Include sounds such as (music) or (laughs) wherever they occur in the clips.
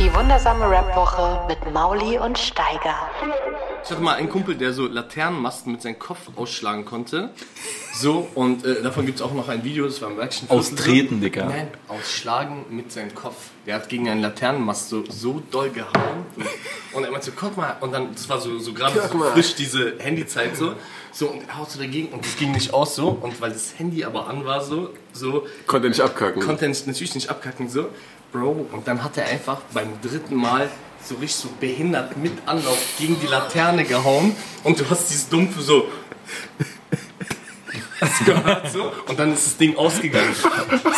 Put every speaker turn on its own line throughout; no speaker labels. Die wundersame Rap-Woche mit Mauli und Steiger.
Ich hatte mal einen Kumpel, der so Laternenmasten mit seinem Kopf ausschlagen konnte. So, und äh, davon gibt es auch noch ein Video, das war im Action.
Austreten, Digga.
Nein, ausschlagen mit seinem Kopf. Der hat gegen einen Laternenmast so, so doll gehauen. Und, und er meinte so, guck mal. Und dann, das war so, so gerade so frisch diese Handyzeit so. So, und er haut so dagegen und es ging nicht aus so. Und weil das Handy aber an war so, so
Konnte er nicht abkacken.
konnte er nicht- natürlich nicht abkacken, so. Bro, und dann hat er einfach beim dritten Mal so richtig so behindert mit Anlauf gegen die Laterne gehauen und du hast dieses dumpfe so. Das gehört so, und dann ist das Ding ausgegangen.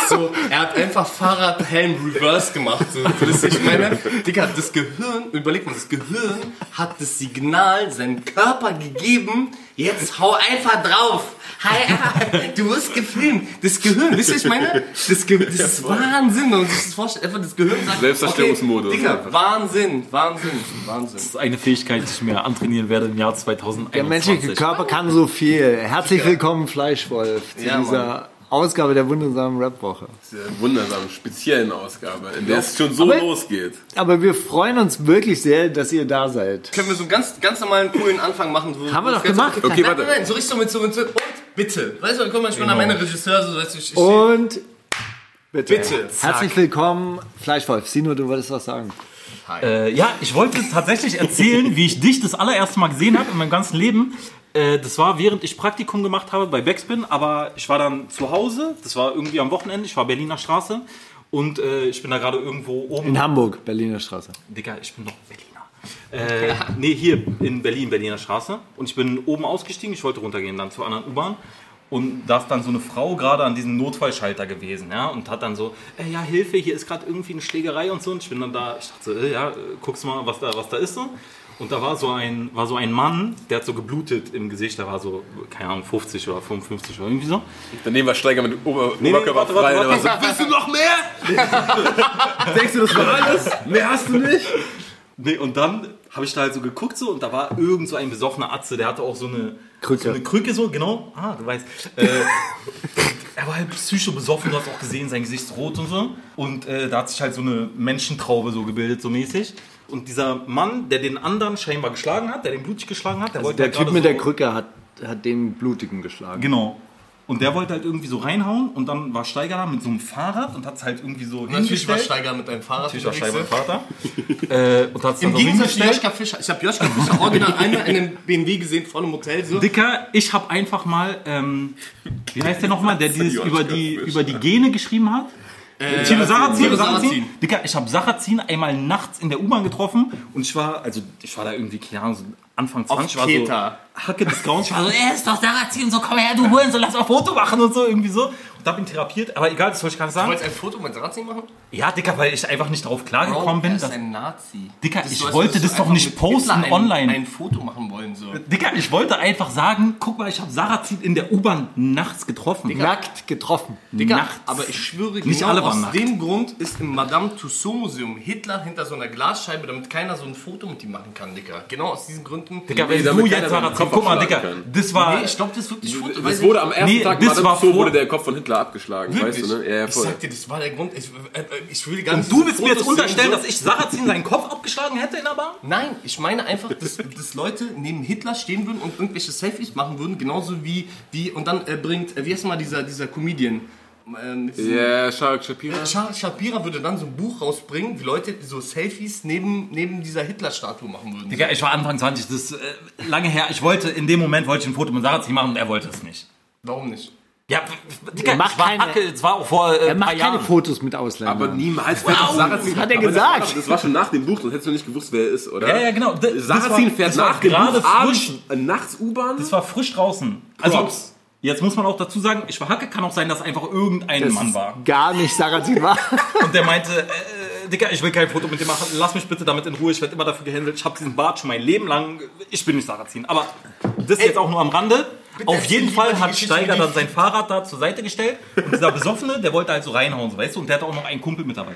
So, er hat einfach Fahrradhelm-Reverse gemacht. So, das, ich meine, Digga, das Gehirn, überleg mal, das Gehirn hat das Signal seinem Körper gegeben, jetzt hau einfach drauf. Hi, ah, du wirst gefilmt. Das Gehirn, wisst ihr, was ich meine? Das, Ge das ist Wahnsinn, wenn man sich das vorstellt. Einfach das Gehirn sagt,
Selbstzerstörungsmodus.
Okay, Digga, Wahnsinn, Wahnsinn, Wahnsinn.
Das ist eine Fähigkeit, die ich mir antrainieren werde im Jahr 2021.
Der menschliche Körper kann so viel. Herzlich willkommen, Fleischwolf, zu
Ja, Mann.
dieser Ausgabe der wundersamen Rap-Woche.
Diese wundersamen, speziellen Ausgabe, in der es schon so
Aber-
losgeht.
Aber wir freuen uns wirklich sehr, dass ihr da seid.
Können wir so einen ganz, ganz normalen, coolen Anfang machen? Wo,
Haben wir
wo
doch
es ganz-
gemacht.
Okay,
nein,
warte.
Nein, nein, so richtig so mit so mit so. Und bitte. Weißt du, dann kommt manchmal
Genau.
am Ende Regisseur so, weißt du, ich, ich,
Und bitte.
Bitte, zack.
Herzlich willkommen, Fleischwolf. Sino, du wolltest was sagen.
Äh, ja, ich wollte tatsächlich erzählen, wie ich dich das allererste Mal gesehen habe in meinem ganzen Leben. Äh, Das war während ich Praktikum gemacht habe bei Backspin, aber ich war dann zu Hause. Das war irgendwie am Wochenende. Ich war Berliner Straße und äh, ich bin da gerade irgendwo oben
In Hamburg, Berliner Straße.
Digga, ich bin doch Berliner. Äh, nee, hier in Berlin, Berliner Straße. Und ich bin oben ausgestiegen, ich wollte runtergehen, dann zur anderen U-Bahn. Und da ist dann so eine Frau gerade an diesem Notfallschalter gewesen, ja, und hat dann so, äh, ja, Hilfe, hier ist gerade irgendwie eine Schlägerei und so. Und ich bin dann da, ich dachte so, äh, ja, äh, guck's mal, was da, was da ist so. Und da war so, ein, war so ein Mann, der hat so geblutet im Gesicht, der war so, keine Ahnung, 50 oder 55 oder irgendwie so.
Daneben war Steiger mit Ober
nee,
Oberkörper
warte, warte,
frei.
warte.
und er war so, Willst du noch mehr? Denkst du, das war alles? Mehr hast du nicht?
Nee, und dann habe ich da halt so geguckt so und da war irgend so ein besoffener Atze, der hatte auch so eine
Krücke.
So eine Krücke so, genau. Ah, du weißt. Äh, (laughs) er war halt psycho besoffen, du hast auch gesehen, sein Gesicht ist rot und so. Und äh, da hat sich halt so eine Menschentraube so gebildet, so mäßig. Und dieser Mann, der den anderen scheinbar geschlagen hat, der den blutig geschlagen hat, der wollte
Also Der
halt
Typ
gerade
mit
so,
der Krücke hat, hat den Blutigen geschlagen.
Genau. Und der wollte halt irgendwie so reinhauen und dann war Steiger da mit so einem Fahrrad und hat es halt irgendwie so
Natürlich war
hingestellt.
Steiger mit einem Fahrrad.
Natürlich war Steiger
unterwegs. ne?
Vater. äh, und hat es dann
Im
so
Gegensatz zu
hingestellt.
Joschka Fischer. Ich habe Joschka Fischer original einmal in einem BMW gesehen, vor einem Hotel. So.
Dicker, ich habe einfach mal, ähm, wie heißt der nochmal, der dieses über die, über die Gene geschrieben hat?
Äh,
Äh, Tilo Sarrazin,
Thilo
Sarrazin.
Sarrazin.
Dicker, ich habe Sarrazin einmal nachts in der U-Bahn getroffen und ich war, also ich war da irgendwie, keine Ahnung, so Anfang 20, war
Keta.
so Hacke des Grauens. Ich war so, er ist doch Sarrazin, so komm her, du Hurensohn, lass mal ein Foto machen und so, irgendwie so. Und hab ihn therapiert, aber egal, das wollte ich gar nicht
Du
sagen.
wolltest ein Foto mit Sarrazin machen?
Ja, Dicker, weil ich einfach nicht darauf klargekommen
er
bin,
ist
dass...
ein Nazi.
Dicker,
Das
ich
ist als
wollte
würdest
das
du
doch
einfach
nicht
mit
posten
Hitler ein,
online.
ein Foto machen wollen. So.
Dicker, ich wollte einfach sagen, guck mal, ich habe Sarrazin in der U-Bahn nachts getroffen.
Nackt getroffen.
Digga,
Nachts.
Aber ich schwöre, genau
Nicht alle waren
aus
nackt.
dem Grund ist im Madame Tussauds Museum Hitler hinter so einer Glasscheibe, damit keiner so ein Foto mit ihm machen kann, Digga. Genau aus diesen Gründen.
Digga, wenn du
damit
jetzt
keiner seinen
Sarrazin,
Kopf
guck mal, Digga,
abschlagen kann.
das war,
Nee, ich glaube, das ist wirklich Foto. weiß
Es
ich-
wurde am ersten
Nee,
Tag
das
Madame
war
Tussauds
vor-
wurde der Kopf von Hitler abgeschlagen,
Wirklich?
weißt du, ne? Ja, ja,
ich
voll.
sag dir, das war der Grund. Ich, äh, äh, ich will gar nicht
du
diese
willst mir jetzt
Fotos sehen,
unterstellen,
so.
dass ich Sarrazin seinen Kopf abgeschlagen hätte in der Bar?
Nein, ich meine einfach, dass, dass Leute neben Hitler stehen würden und irgendwelche Selfies machen würden, genauso wie, wie und dann äh, bringt, äh, wie heißt mal dieser, dieser Comedian? Ähm, mit diesem-
Ja, Sharik Shapiro.
Sha- Shapira würde dann so ein Buch rausbringen, wie Leute so Selfies neben, neben dieser Hitler-Statue machen würden.
Digga, ich war Anfang 20, das ist äh, lange her. Ich wollte, in dem Moment wollte ich ein Foto mit Sarrazin machen und er wollte es nicht.
Warum nicht?
Ja, w- w- Digga,
Er macht
es war
keine-
Acke, es war auch vor äh,
Er
ein paar
macht keine
Jahren.
Fotos mit Ausländern.
Aber niemals fährt doch Sarrazin.
hat er
Aber
gesagt.
Das war, das war schon nach dem Buch, sonst hättest du nicht gewusst, wer er ist, oder?
Ja, ja, genau. D- das
Sarrazin
war-
fährt
das war
nach dem
gerade
Buch abends,
frisch.
äh, nachts U-Bahn.
Das war frisch draußen. Also,
Props.
Jetzt muss man auch dazu sagen, ich war Hacke, kann auch sein, dass einfach irgendein
Das
Mann
ist
war.
Gar nicht Sarrazin war.
Und der meinte, äh, Digga, ich will kein Foto mit dir machen, lass mich bitte damit in Ruhe, ich werde immer dafür gehandelt, ich habe diesen Bart schon mein Leben lang, ich bin nicht Sarrazin. Aber das jetzt auch nur am Rande. Auf jeden Fall hat Steiger dann sein Fahrrad da zur Seite gestellt und dieser Besoffene, der wollte halt so reinhauen, so, weißt du, und der hatte auch noch einen Kumpel mit dabei.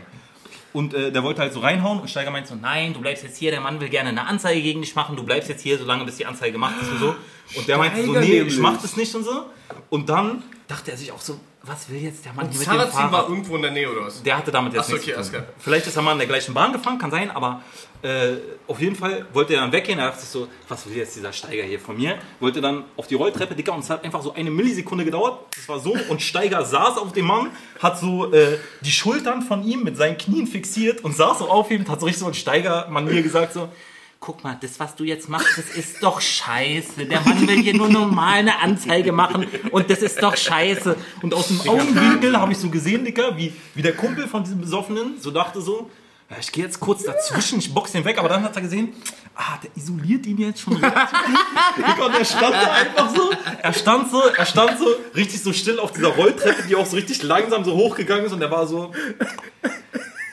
Und äh, der wollte halt so reinhauen und Steiger meinte so, nein, du bleibst jetzt hier, der Mann will gerne eine Anzeige gegen dich machen, du bleibst jetzt hier, solange bis die Anzeige gemacht ist und so. Und der meinte so,
Steiger
nee, ich
nämlich.
mach das nicht und so. Und dann dachte er sich auch so, was will jetzt der Mann mit dem
Sarrazin
Fahrrad?
war irgendwo in der Nähe oder was?
Der hatte damit jetzt
Achso,
nichts
okay,
zu
alles
tun.
klar.
Vielleicht ist er mal in der gleichen Bahn gefahren, kann sein, aber äh, auf jeden Fall wollte er dann weggehen. Er dachte sich so, was will jetzt dieser Steiger hier von mir? Wollte dann auf die Rolltreppe, Dicker, und es hat einfach so eine Millisekunde gedauert. Das war so, und Steiger saß auf dem Mann, hat so äh, die Schultern von ihm mit seinen Knien fixiert und saß so auf ihm, und hat so richtig so in Steiger-Manier gesagt so, Guck mal, das, was du jetzt machst, das ist doch scheiße. Der Mann will hier nur normal eine Anzeige machen und das ist doch scheiße. Und aus dem Augenwinkel habe ich so gesehen, Dicker, wie, wie der Kumpel von diesem Besoffenen so dachte so, ja, ich gehe jetzt kurz dazwischen, ich boxe den weg, aber dann hat er gesehen, ah, der isoliert ihn jetzt schon. relativ gut. Dicker, (laughs) und er stand da einfach so, er stand so, er stand so richtig so still auf dieser Rolltreppe, die auch so richtig langsam so hochgegangen ist und er war so,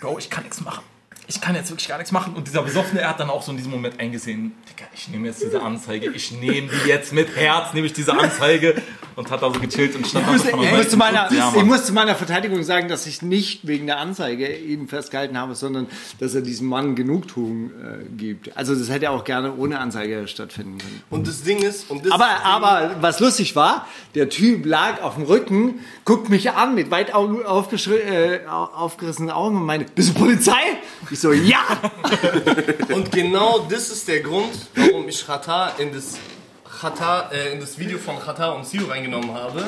Bro, ich kann nichts machen. Ich kann jetzt wirklich gar nichts machen. Und dieser Besoffene, er hat dann auch so in diesem Moment eingesehen, Digga, ich nehme jetzt diese Anzeige, ich nehme die jetzt mit Herz, nehme ich diese Anzeige. Und hat da so gechillt und stand da so
Ich
von der
muss, zu
Seite.
meiner,
Ja,
ich
Mann.
muss zu meiner Verteidigung sagen, dass ich nicht wegen der Anzeige ihn festgehalten habe, sondern dass er diesem Mann Genugtuung äh, gibt. Also das hätte auch gerne ohne Anzeige stattfinden können.
Und das Ding ist, und das
Aber, aber was lustig war, der Typ lag auf dem Rücken, guckt mich an mit weit Augen, aufgeschri- äh, au- aufgerissenen Augen und meinte, bist du Polizei? Ich so, ja!
Und genau das ist der Grund, warum ich Qatar in das, Qatar, äh, in das Video von Qatar und Sio reingenommen habe.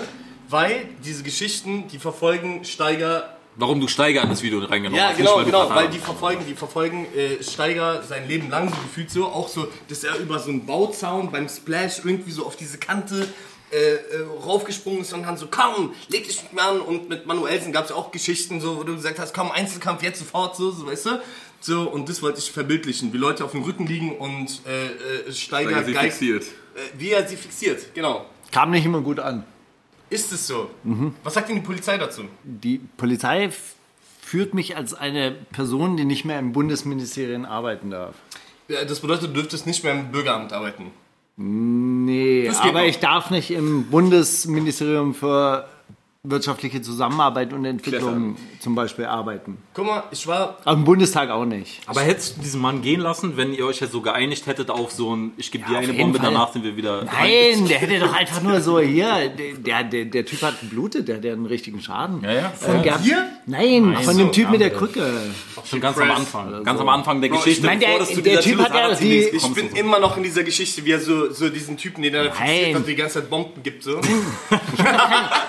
Weil diese Geschichten, die verfolgen Steiger.
Warum du Steiger an das Video reingenommen
Ja,
hast. nicht,
genau,
weil du
genau.
Katar
Weil
bist.
die verfolgen, die verfolgen äh, Steiger sein Leben lang so gefühlt so. Auch so, dass er über so einen Bauzaun beim Splash irgendwie so auf diese Kante äh, äh, raufgesprungen ist und dann so, komm, leg dich mit mir an. Und mit Manuelsen gab es ja auch Geschichten, so, wo du gesagt hast, komm, Einzelkampf jetzt sofort, so, so weißt du. So, und das wollte ich verbildlichen, wie Leute auf dem Rücken liegen und äh, äh, Steiger
Steiger sie
Geist, äh,
fixiert.
wie er sie fixiert, genau.
Kam nicht immer gut an.
Ist es so?
Mhm.
Was sagt denn die Polizei dazu?
Die Polizei f- führt mich als eine Person, die nicht mehr im Bundesministerium arbeiten darf.
Ja, Das bedeutet, du dürftest nicht mehr im Bürgeramt arbeiten.
Nee,
Das geht
aber
noch.
ich darf nicht im Bundesministerium für wirtschaftliche Zusammenarbeit und Entwicklung zum Beispiel arbeiten.
Guck mal, ich war
Aber im Bundestag auch nicht.
Aber hättest du diesen Mann gehen lassen, wenn ihr euch jetzt so geeinigt hättet auf so ein, ich gebe dir
auf
eine
jeden
Bombe,
Fall.
danach sind wir wieder.
Nein, der hätte doch einfach nur so hier. Der, der, der Typ hat geblutet, der hat ja einen richtigen Schaden.
Ja, ja.
Von der, Nein, von dem Typ mit der Krücke.
Schon ganz am Anfang. Ganz am Anfang der Geschichte.
meine, der-
bevor das zu
der
dieser
Typ hat ja
Tüllus-
die-
Sarrazin-Dings
Ich
Ich
kommst
bin
und so.
immer noch in dieser Geschichte, wie er so, so diesen Typen, den er fixiert hat, die ganze Zeit Bomben gibt. So.
Ich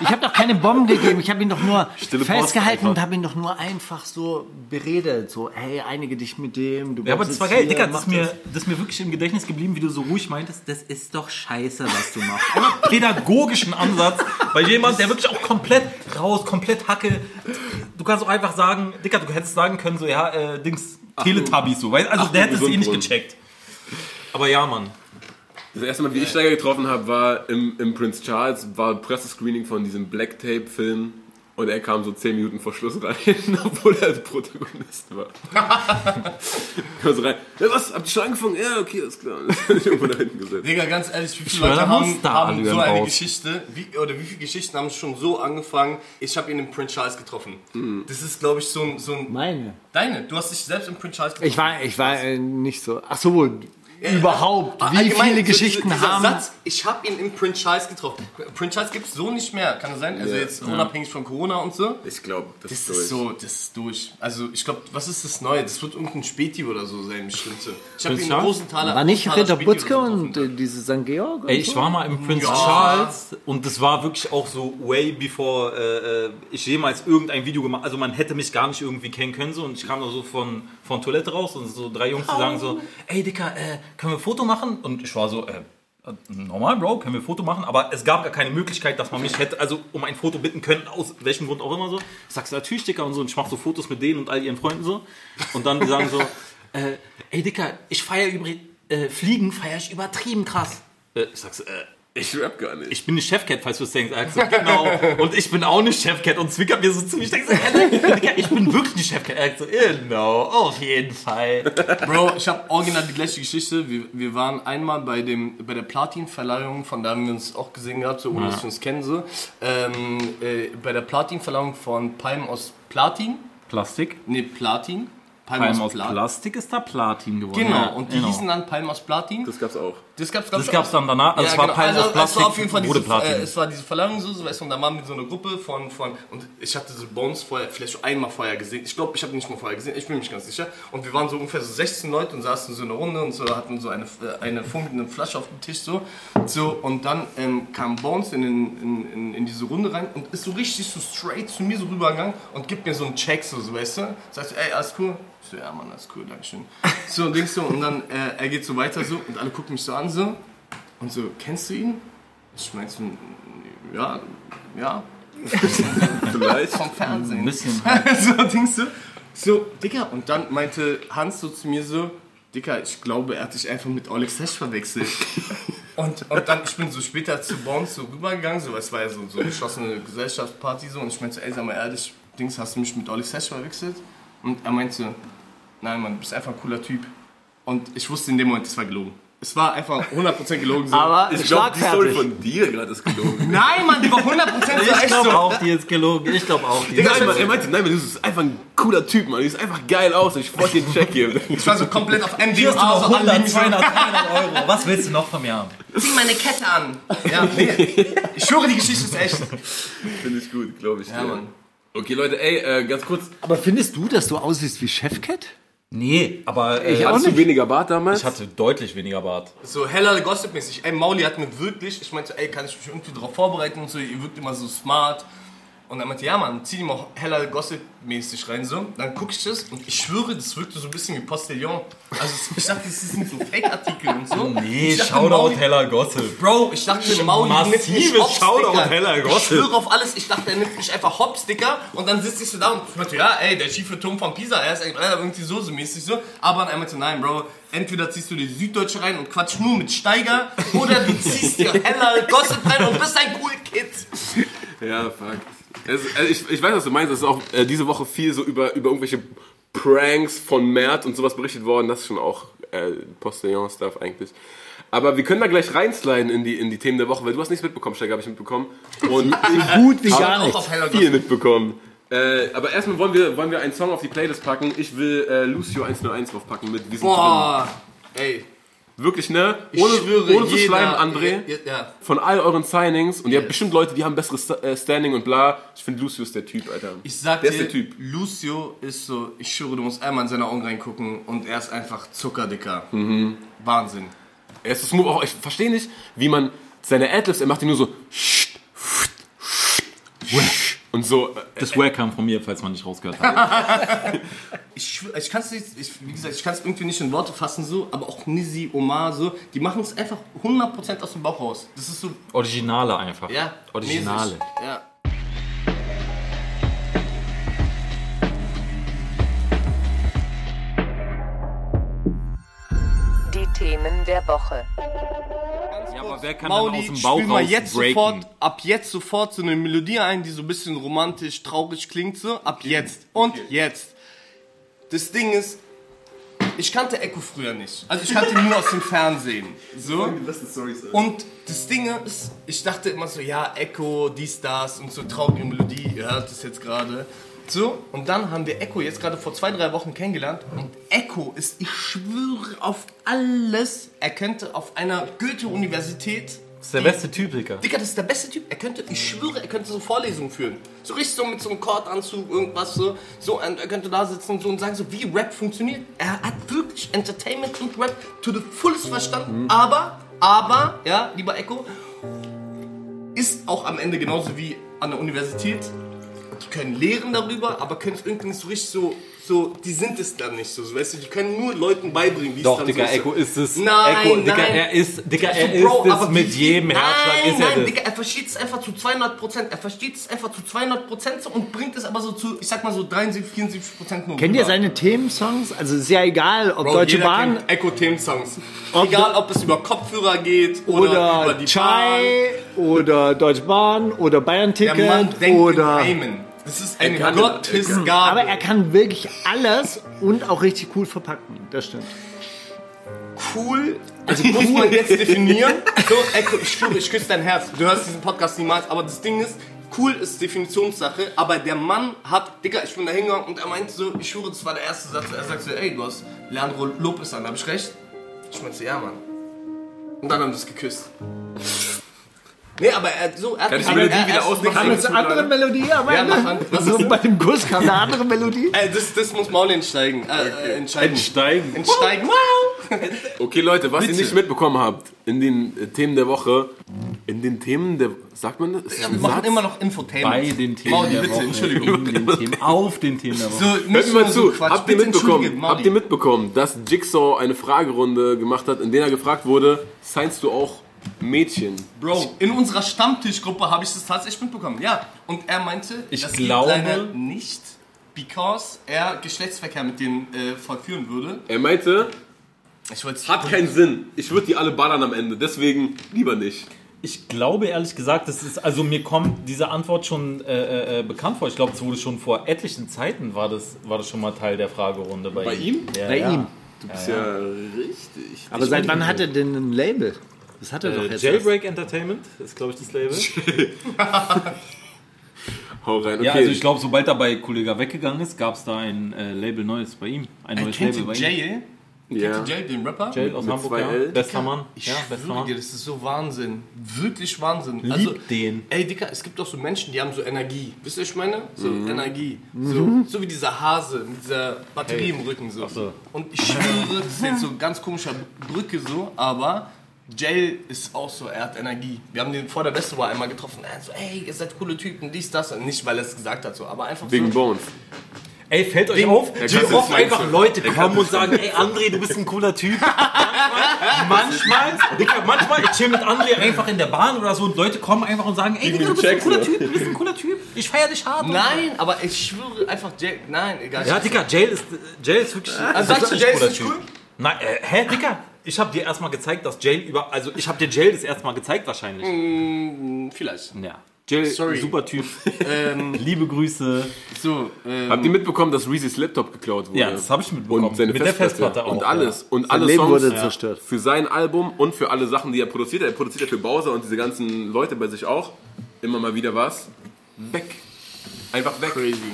habe doch keine Bomben gegeben, ich habe ihn doch nur
Stille Post
festgehalten
einfach.
und habe ihn doch nur einfach so beredet. So, hey, einige dich mit dem. Du
Ja, aber das
bleibst
war
jetzt
geil, Dicker,
hier,
das ist,
mach
mir, das ist mir wirklich im Gedächtnis geblieben, wie du so ruhig meintest, das ist doch scheiße, was du machst. Einmal pädagogischen Ansatz bei jemand, der wirklich auch komplett raus, komplett hacke. Du kannst auch einfach sagen, Dicker, du hättest sagen können, so, ja, äh, Dings, Teletubbies, so, weißt Also, der hätte es eh nicht
Gesundbrunnen.
gecheckt. Aber ja, Mann.
Das erste Mal, wie ich Steiger getroffen habe, war im, im Prince Charles, war Pressescreening von diesem Black Tape-Film und er kam so 10 Minuten vor Schluss rein, (laughs) obwohl er Protagonist war. kam so rein, ja, was, habt ihr schon angefangen? Ja, okay, alles klar. (laughs) Und ist irgendwo da hinten gesetzt.
Digga, ganz ehrlich, wie viele
schwör, da
Leute
muss
haben,
da
haben
Adrian
so eine
raus.
Geschichte, wie, oder wie viele Geschichten haben schon so angefangen, ich habe ihn im Prince Charles getroffen. Das ist, glaube ich, so ein, so ein...
Meine.
Deine, du hast dich selbst im Prince Charles getroffen.
Ich war, ich war äh, nicht so. Ach so, überhaupt. Wie
Äh, Allgemein,
viele
so
Geschichten
dieser
haben.
Satz, ich habe ihn im Prince Charles getroffen. Prince Charles gibt es so nicht mehr, kann das sein? Also jetzt unabhängig von Corona und so.
Ich glaube, das,
Das
ist durch.
ist so, das ist durch. Also ich glaube, was ist das Neue? Das wird irgendein Späti oder so sein, bestimmt. so. Ich habe den
Charles?
großen Taler.
War nicht
Taler
Ritter
Späti oder
Butzke
so
und
getroffen.
äh, diese St. Georg? und
Ey, ich
so?
war mal im Prince Charles und das war wirklich auch so way before äh, äh, ich jemals irgendein Video gemacht Also man hätte mich gar nicht irgendwie kennen können. So, und ich kam da so von, von Toilette raus und so drei Jungs, die sagen so, ey Dicker, äh, können wir ein Foto machen? Und ich war so, äh, äh, normal, Bro, können wir ein Foto machen? Aber es gab gar keine Möglichkeit, dass man mich hätte, also um ein Foto bitten können, aus welchem Grund auch immer so. Ich sag so, natürlich Dicker und so und ich mach so Fotos mit denen und all ihren Freunden so. Und dann die sagen so, äh, ey Dicker, ich feier übrigens, äh, Fliegen feier ich übertrieben krass. Äh, ich sag's, äh,
Ich rap gar nicht.
Ich bin eine Chefcat, falls du es denkst, Axel. Genau. Und ich bin auch eine Chefcat und zwickert mir so zu. Ich denke so, ey, Digga, ich bin wirklich eine Chefcat. Axel, genau, auf jeden Fall.
Bro, ich habe original die gleiche Geschichte. Wir, wir waren einmal bei, dem, bei der Platin-Verleihung, von da haben wir uns auch gesehen gehabt, so ohne dass wir uns kennen. So. Ähm, äh, bei der Platin-Verleihung von Palm aus Platin.
Plastik.
Nee, Platin. Palm,
Palm aus Plastik ist da Platin geworden.
Genau,
Ja,
und die
genau.
hießen dann Palm aus Platin.
Das gab's auch.
Das gab's,
Das gab's dann danach. Also es war Palm aus
genau. es war auf jeden
Plastik,
Fall
wurde
diese,
Platin.
Äh, es war diese Verlangen so, so weißt du, und da waren wir so eine Gruppe von, von, und ich hatte so Bones vorher, vielleicht schon einmal vorher gesehen. Ich glaube, ich habe nicht mal vorher gesehen, ich bin mir nicht ganz sicher. Und wir waren so ungefähr so 16 Leute und saßen so eine Runde und so hatten so eine, äh, eine funkelnde Flasche auf dem Tisch so. So, und dann ähm, kam Bones in, den, in, in, in diese Runde rein und ist so richtig so straight zu mir so rübergegangen und gibt mir so einen Check so, so weißt du. Sagt so, ey, alles cool? Ich so, ja, Mann, alles cool, dankeschön. So, und denkst du, und dann, äh, er geht so weiter so und alle gucken mich so an so. Und so, kennst du ihn? Ich meinte, so, ja, ja,
Vielleicht.
vom Fernsehen.
Ein
(laughs)
bisschen.
so, Dings so. So, Dicker. Und dann meinte Hans so zu mir so, Dicker, ich glaube, er hat dich einfach mit Alex Hesch verwechselt. (laughs) und, und dann, ich bin so später zu Bones so rübergegangen, so, es war ja so, so eine geschlossene Gesellschaftsparty so. Und ich meinte so, ey, sag mal ehrlich, Dings, hast du mich mit Alex Hesch verwechselt? Und er meinte so, nein, Mann, du bist einfach ein cooler Typ. Und ich wusste in dem Moment, es war gelogen. Es war einfach 100% gelogen. So.
Aber
Ich glaube, die Story
schlagfertig.
von dir gerade ist gelogen.
Nein, Mann, die war 100% so
Ich
echt so.
glaube auch, die ist
(laughs)
gelogen. Ich glaube auch, die ist
Nein, Mann, er meinte, nein, Mann, du bist einfach ein cooler Typ, Mann. Du siehst einfach geil aus. Ich wollte dir einen Check geben.
Ich war so komplett auf MDMA,
Hier hast du noch
so
100,
anliegend.
200, 300 Euro. Was willst du noch von mir haben?
Zieh meine Kette an. Ja, nee. Ich schwöre, die Geschichte ist echt.
Finde ich gut, glaube ich.
Ja,
dir.
Mann.
Okay, Leute, ey, äh, ganz kurz.
Aber findest du, dass du aussiehst wie Chefcat?
Nee, aber äh, ich,
Hattest du weniger Bart damals?
hatte deutlich weniger Bart.
So heller Gossip-mäßig. Ey, Mauli hat mir wirklich, ich meinte, ey, kann ich mich irgendwie darauf vorbereiten und so, ihr wirkt immer so smart. Und er meinte, ja Mann, zieh die mal heller Gossip-mäßig rein so. Dann guck ich das und ich schwöre, das wirkte so ein bisschen wie Postillon. Also ich dachte, das sind so Fake-Artikel und so.
Nee,
Ich dachte,
Shoutout
Mauli-
Heller Gossip.
Bro, ich dachte, Mauli nimmt mich
Massives
hops,
Shoutout
Digga.
Heller
Ich
Gossip.
schwöre auf alles, ich dachte, er nimmt mich einfach hops, Dicker. Und dann sitze ich so da und ich meinte, ja, ey, der schiefe Turm von Pisa, er ist eigentlich leider irgendwie so, so mäßig so. Aber er meinte, nein, Bro, entweder ziehst du die Süddeutsche rein und quatsch nur mit Steiger oder du ziehst dir Heller Gossip rein und bist ein cool Kid.
Ja, fuck. Es, also ich, ich weiß, was du meinst. Es ist auch äh, diese Woche viel so über, über irgendwelche Pranks von Mert und sowas berichtet worden. Das ist schon auch äh, Postillon-Stuff eigentlich. Aber wir können da gleich reinsliden in die, in die Themen der Woche, weil du hast nichts mitbekommen, Steiger, habe ich mitbekommen. Und
(laughs)
ich
Gut wie gar
Auch
nicht.
auf Heller
viel
Gossip.
mitbekommen. Äh, aber erstmal wollen wir, wollen wir einen Song auf die Playlist packen. Ich will äh, Lucio 101 draufpacken mit diesem
Boah, ey.
drin. Wirklich, ne?
ich
Ohne,
schwöre,
ohne zu
jeder-
schleimen, André
Ja, ja.
von all euren Signings und ihr habt bestimmt Leute, die haben besseres Sta- äh, Standing und bla. Ich finde Lucius der Typ, Alter.
Ich sag
der
dir,
ist der Typ.
Lucio ist so, ich schwöre, du musst einmal in seine Augen reingucken und er ist einfach Zuckerdicker.
Mhm.
Wahnsinn.
Er ist so smooth. Auch ich verstehe nicht, wie man seine Adlibs, er macht die nur so und so. äh,
Das Where kam von mir, falls man nicht rausgehört hat.
ich, schwör- ich kann es nicht, ich, wie gesagt, ich kann es irgendwie nicht in Worte fassen so, aber auch Nizzy, Omar so, die machen es einfach 100% aus dem Bauch raus. Das ist so,
Originale einfach.
ja,
Originale.
mäßig. Ja.
Die Themen der Woche.
Ja, aber wer kann
Mauli,
dann aus dem Bauch
spiel mal
raus
jetzt
breaken?
sofort, ab jetzt sofort so eine Melodie ein, die so ein bisschen romantisch, traurig klingt so, ab jetzt und jetzt. Das Ding ist, ich kannte Echo früher nicht. Also ich kannte ihn nur aus dem Fernsehen. So. Und das Ding ist, ich dachte immer so, ja, Echo, dies, das und so traurige Melodie, ihr hört es jetzt gerade. So, und dann haben wir Echo jetzt gerade vor zwei, drei Wochen kennengelernt. Und Echo ist, ich schwöre auf alles, er könnte auf einer Goethe-Universität
Das ist der beste Typ, Digga.
Digga, das ist der beste Typ. Er könnte, ich schwöre, er könnte so Vorlesungen führen. So richtig so mit so einem Kordanzug, irgendwas so. So, und er könnte da sitzen und so und sagen so, wie Rap funktioniert. Er hat wirklich Entertainment und Rap to the fullest
Mhm.
verstanden. Aber, aber, ja, lieber Echo, ist auch am Ende genauso wie an der Universität. Die können lehren darüber, aber können es irgendwie nicht so richtig so so, die sind es dann nicht so, so, weißt du, die können nur Leuten beibringen, wie es
Doch,
dann
Digga,
so ist.
Echo ist es.
Nein,
Echo, Digga,
nein.
er ist, Digga, er
Also, Bro,
ist es
aber
mit
wie-
jedem
nein,
Herzschlag. Ist er
nein,
das.
Digga, er versteht es einfach zu 200 Prozent. Er versteht es einfach zu 200 Prozent so und bringt es aber so zu, ich sag mal so 73, 74 Prozent nur.
Kennt ihr
rüber.
seine Themensongs? Also ist ja egal, ob
Bro,
Deutsche
jeder
Bahn
kennt Echo-Themensongs. Egal, ob es über Kopfhörer geht oder,
oder,
über die Bahn.
Chai oder Deutsche Bahn oder Bayern
Der Mann
Ticket
denkt
oder.
in Reimen. Das ist eine
kann-
Gottesgabe.
Aber er kann wirklich alles und auch richtig cool verpacken. Das stimmt.
cool. Also muss man jetzt
(laughs)
definieren. So, Echo, ich schwöre, ich küsse dein Herz. Du hörst diesen Podcast niemals, aber das Ding ist, cool ist Definitionssache, aber der Mann hat, Digga, ich bin da hingegangen und er meinte so, ich schwöre, das war der erste Satz. Er sagte, ey, du hast Leandro Lopez an, hab ich recht? Ich meinte, ja, Mann. Und dann haben wir es geküsst. Nee, aber er so, er hat
Kannst du die Melodie
er- er-
wieder
er-
ausmachen?
er-
Kann
er-
man-
Eine andere Melodie, aber
Ja, mach an.
(laughs)
Was
also
ist-
bei dem Guss kam eine andere Melodie.
Äh, das, das muss Maul entsteigen. Äh, äh, entscheiden.
Steigen.
Entsteigen. Wow.
Okay, Leute, was ihr nicht mitbekommen habt, in den äh, Themen der Woche, in den Themen der, sagt man das? Ist das
Wir
ein
machen
Satz?
immer noch Infotainment.
Bei den Themen
Mauli,
der
bitte,
Woche.
Entschuldigung.
(laughs)
In den Themen, auf den Themen der Woche.
So,
Hört
nicht
mir mal
nur so
zu,
Quatsch.
habt ihr
Bitte
mitbekommen,
entschuldige, Mauli.
habt ihr mitbekommen, dass Jigsaw eine Fragerunde gemacht hat, in der er gefragt wurde, seinst du auch Mädchen?
Bro, in unserer Stammtischgruppe habe ich das tatsächlich mitbekommen. Ja, und er meinte,
Ich
das
glaube-
geht leider nicht, because er Geschlechtsverkehr mit denen äh, vollführen würde.
Er meinte,
Ich wollte
hat keinen Sinn, ich würde die alle ballern am Ende, deswegen lieber nicht.
Ich glaube ehrlich gesagt, das ist, also mir kommt diese Antwort schon äh, äh, bekannt vor. Ich glaube, es wurde schon vor etlichen Zeiten, war das, war das schon mal Teil der Fragerunde bei,
Bei ihm?
Ja,
Bei
ja. Also,
ihm.
Du bist ja, richtig.
Aber seit wann hat er denn ein Label? Das hat er doch
Äh,
jetzt.
Jailbreak Entertainment ist, glaube ich, das Label.
Hau rein, okay.
Ja, also ich glaube, sobald er bei Kollega weggegangen ist, gab es da ein äh, Label Neues bei ihm. Ein neues
Äh, Kennt
Label
ihr
bei ihm.
Jail?
ja.
Kennt ihr Jail, den Rapper?
Jail aus
Mit
Hamburg,
zwei
ja.
L.
Bester Mann.
Ich
Ja,
schwöre
bester
dir,
Mann.
das ist so Wahnsinn. Wirklich Wahnsinn. Also, Lieb
den.
Ey, Dicker, es gibt auch so Menschen, die haben so Energie. Wisst ihr, was ich meine? So Energie. So, so wie dieser Hase mit dieser Batterie im Rücken. So.
so.
Und ich schwöre, das ist jetzt so ein ganz komischer Brücke so, aber Jail ist auch so, er hat Energie. Wir haben den vor der Beste war einmal getroffen. Er hat so, ey, ihr seid coole Typen, dies, das. Nicht, weil er es gesagt hat, so, aber einfach
Wegen
so.
Bones.
Ey, fällt euch auf,
kann
wie
das
oft
nicht
einfach
so.
Leute kommen und sagen, ey André, du bist ein cooler Typ. manchmal, Digga, manchmal, ich chill mit André einfach in der Bahn oder so und Leute kommen einfach und sagen, ey Digga, du bist ein cooler Typ, du bist ein cooler Typ, ich feier dich hart.
Nein, aber ich schwöre einfach, Jail, nein, egal.
Ja, Digga, Jail ist, Jail ist wirklich ein
sagst du,
wirklich
Jail ist
cooler
nicht
Typ.
cool?
Nein, äh, hä, Digga? Ich hab dir erstmal gezeigt, dass Jail über. Also, ich hab dir Jail das erstmal gezeigt, wahrscheinlich.
Vielleicht.
Ja. Jail,
Sorry.
super (laughs) Typ. Liebe Grüße.
So, ähm,
Habt ihr mitbekommen, dass Reese's Laptop geklaut wurde?
Ja, das habe ich mitbekommen.
Und seine
Mit der
Festplatte.
Festplatte auch.
Und alles. Und alle
Leben
Songs
wurde zerstört.
für sein Album und für alle Sachen, die er produziert hat. Er produziert ja für Bowser und diese ganzen Leute bei sich auch. Immer mal wieder was. Weg. Einfach weg.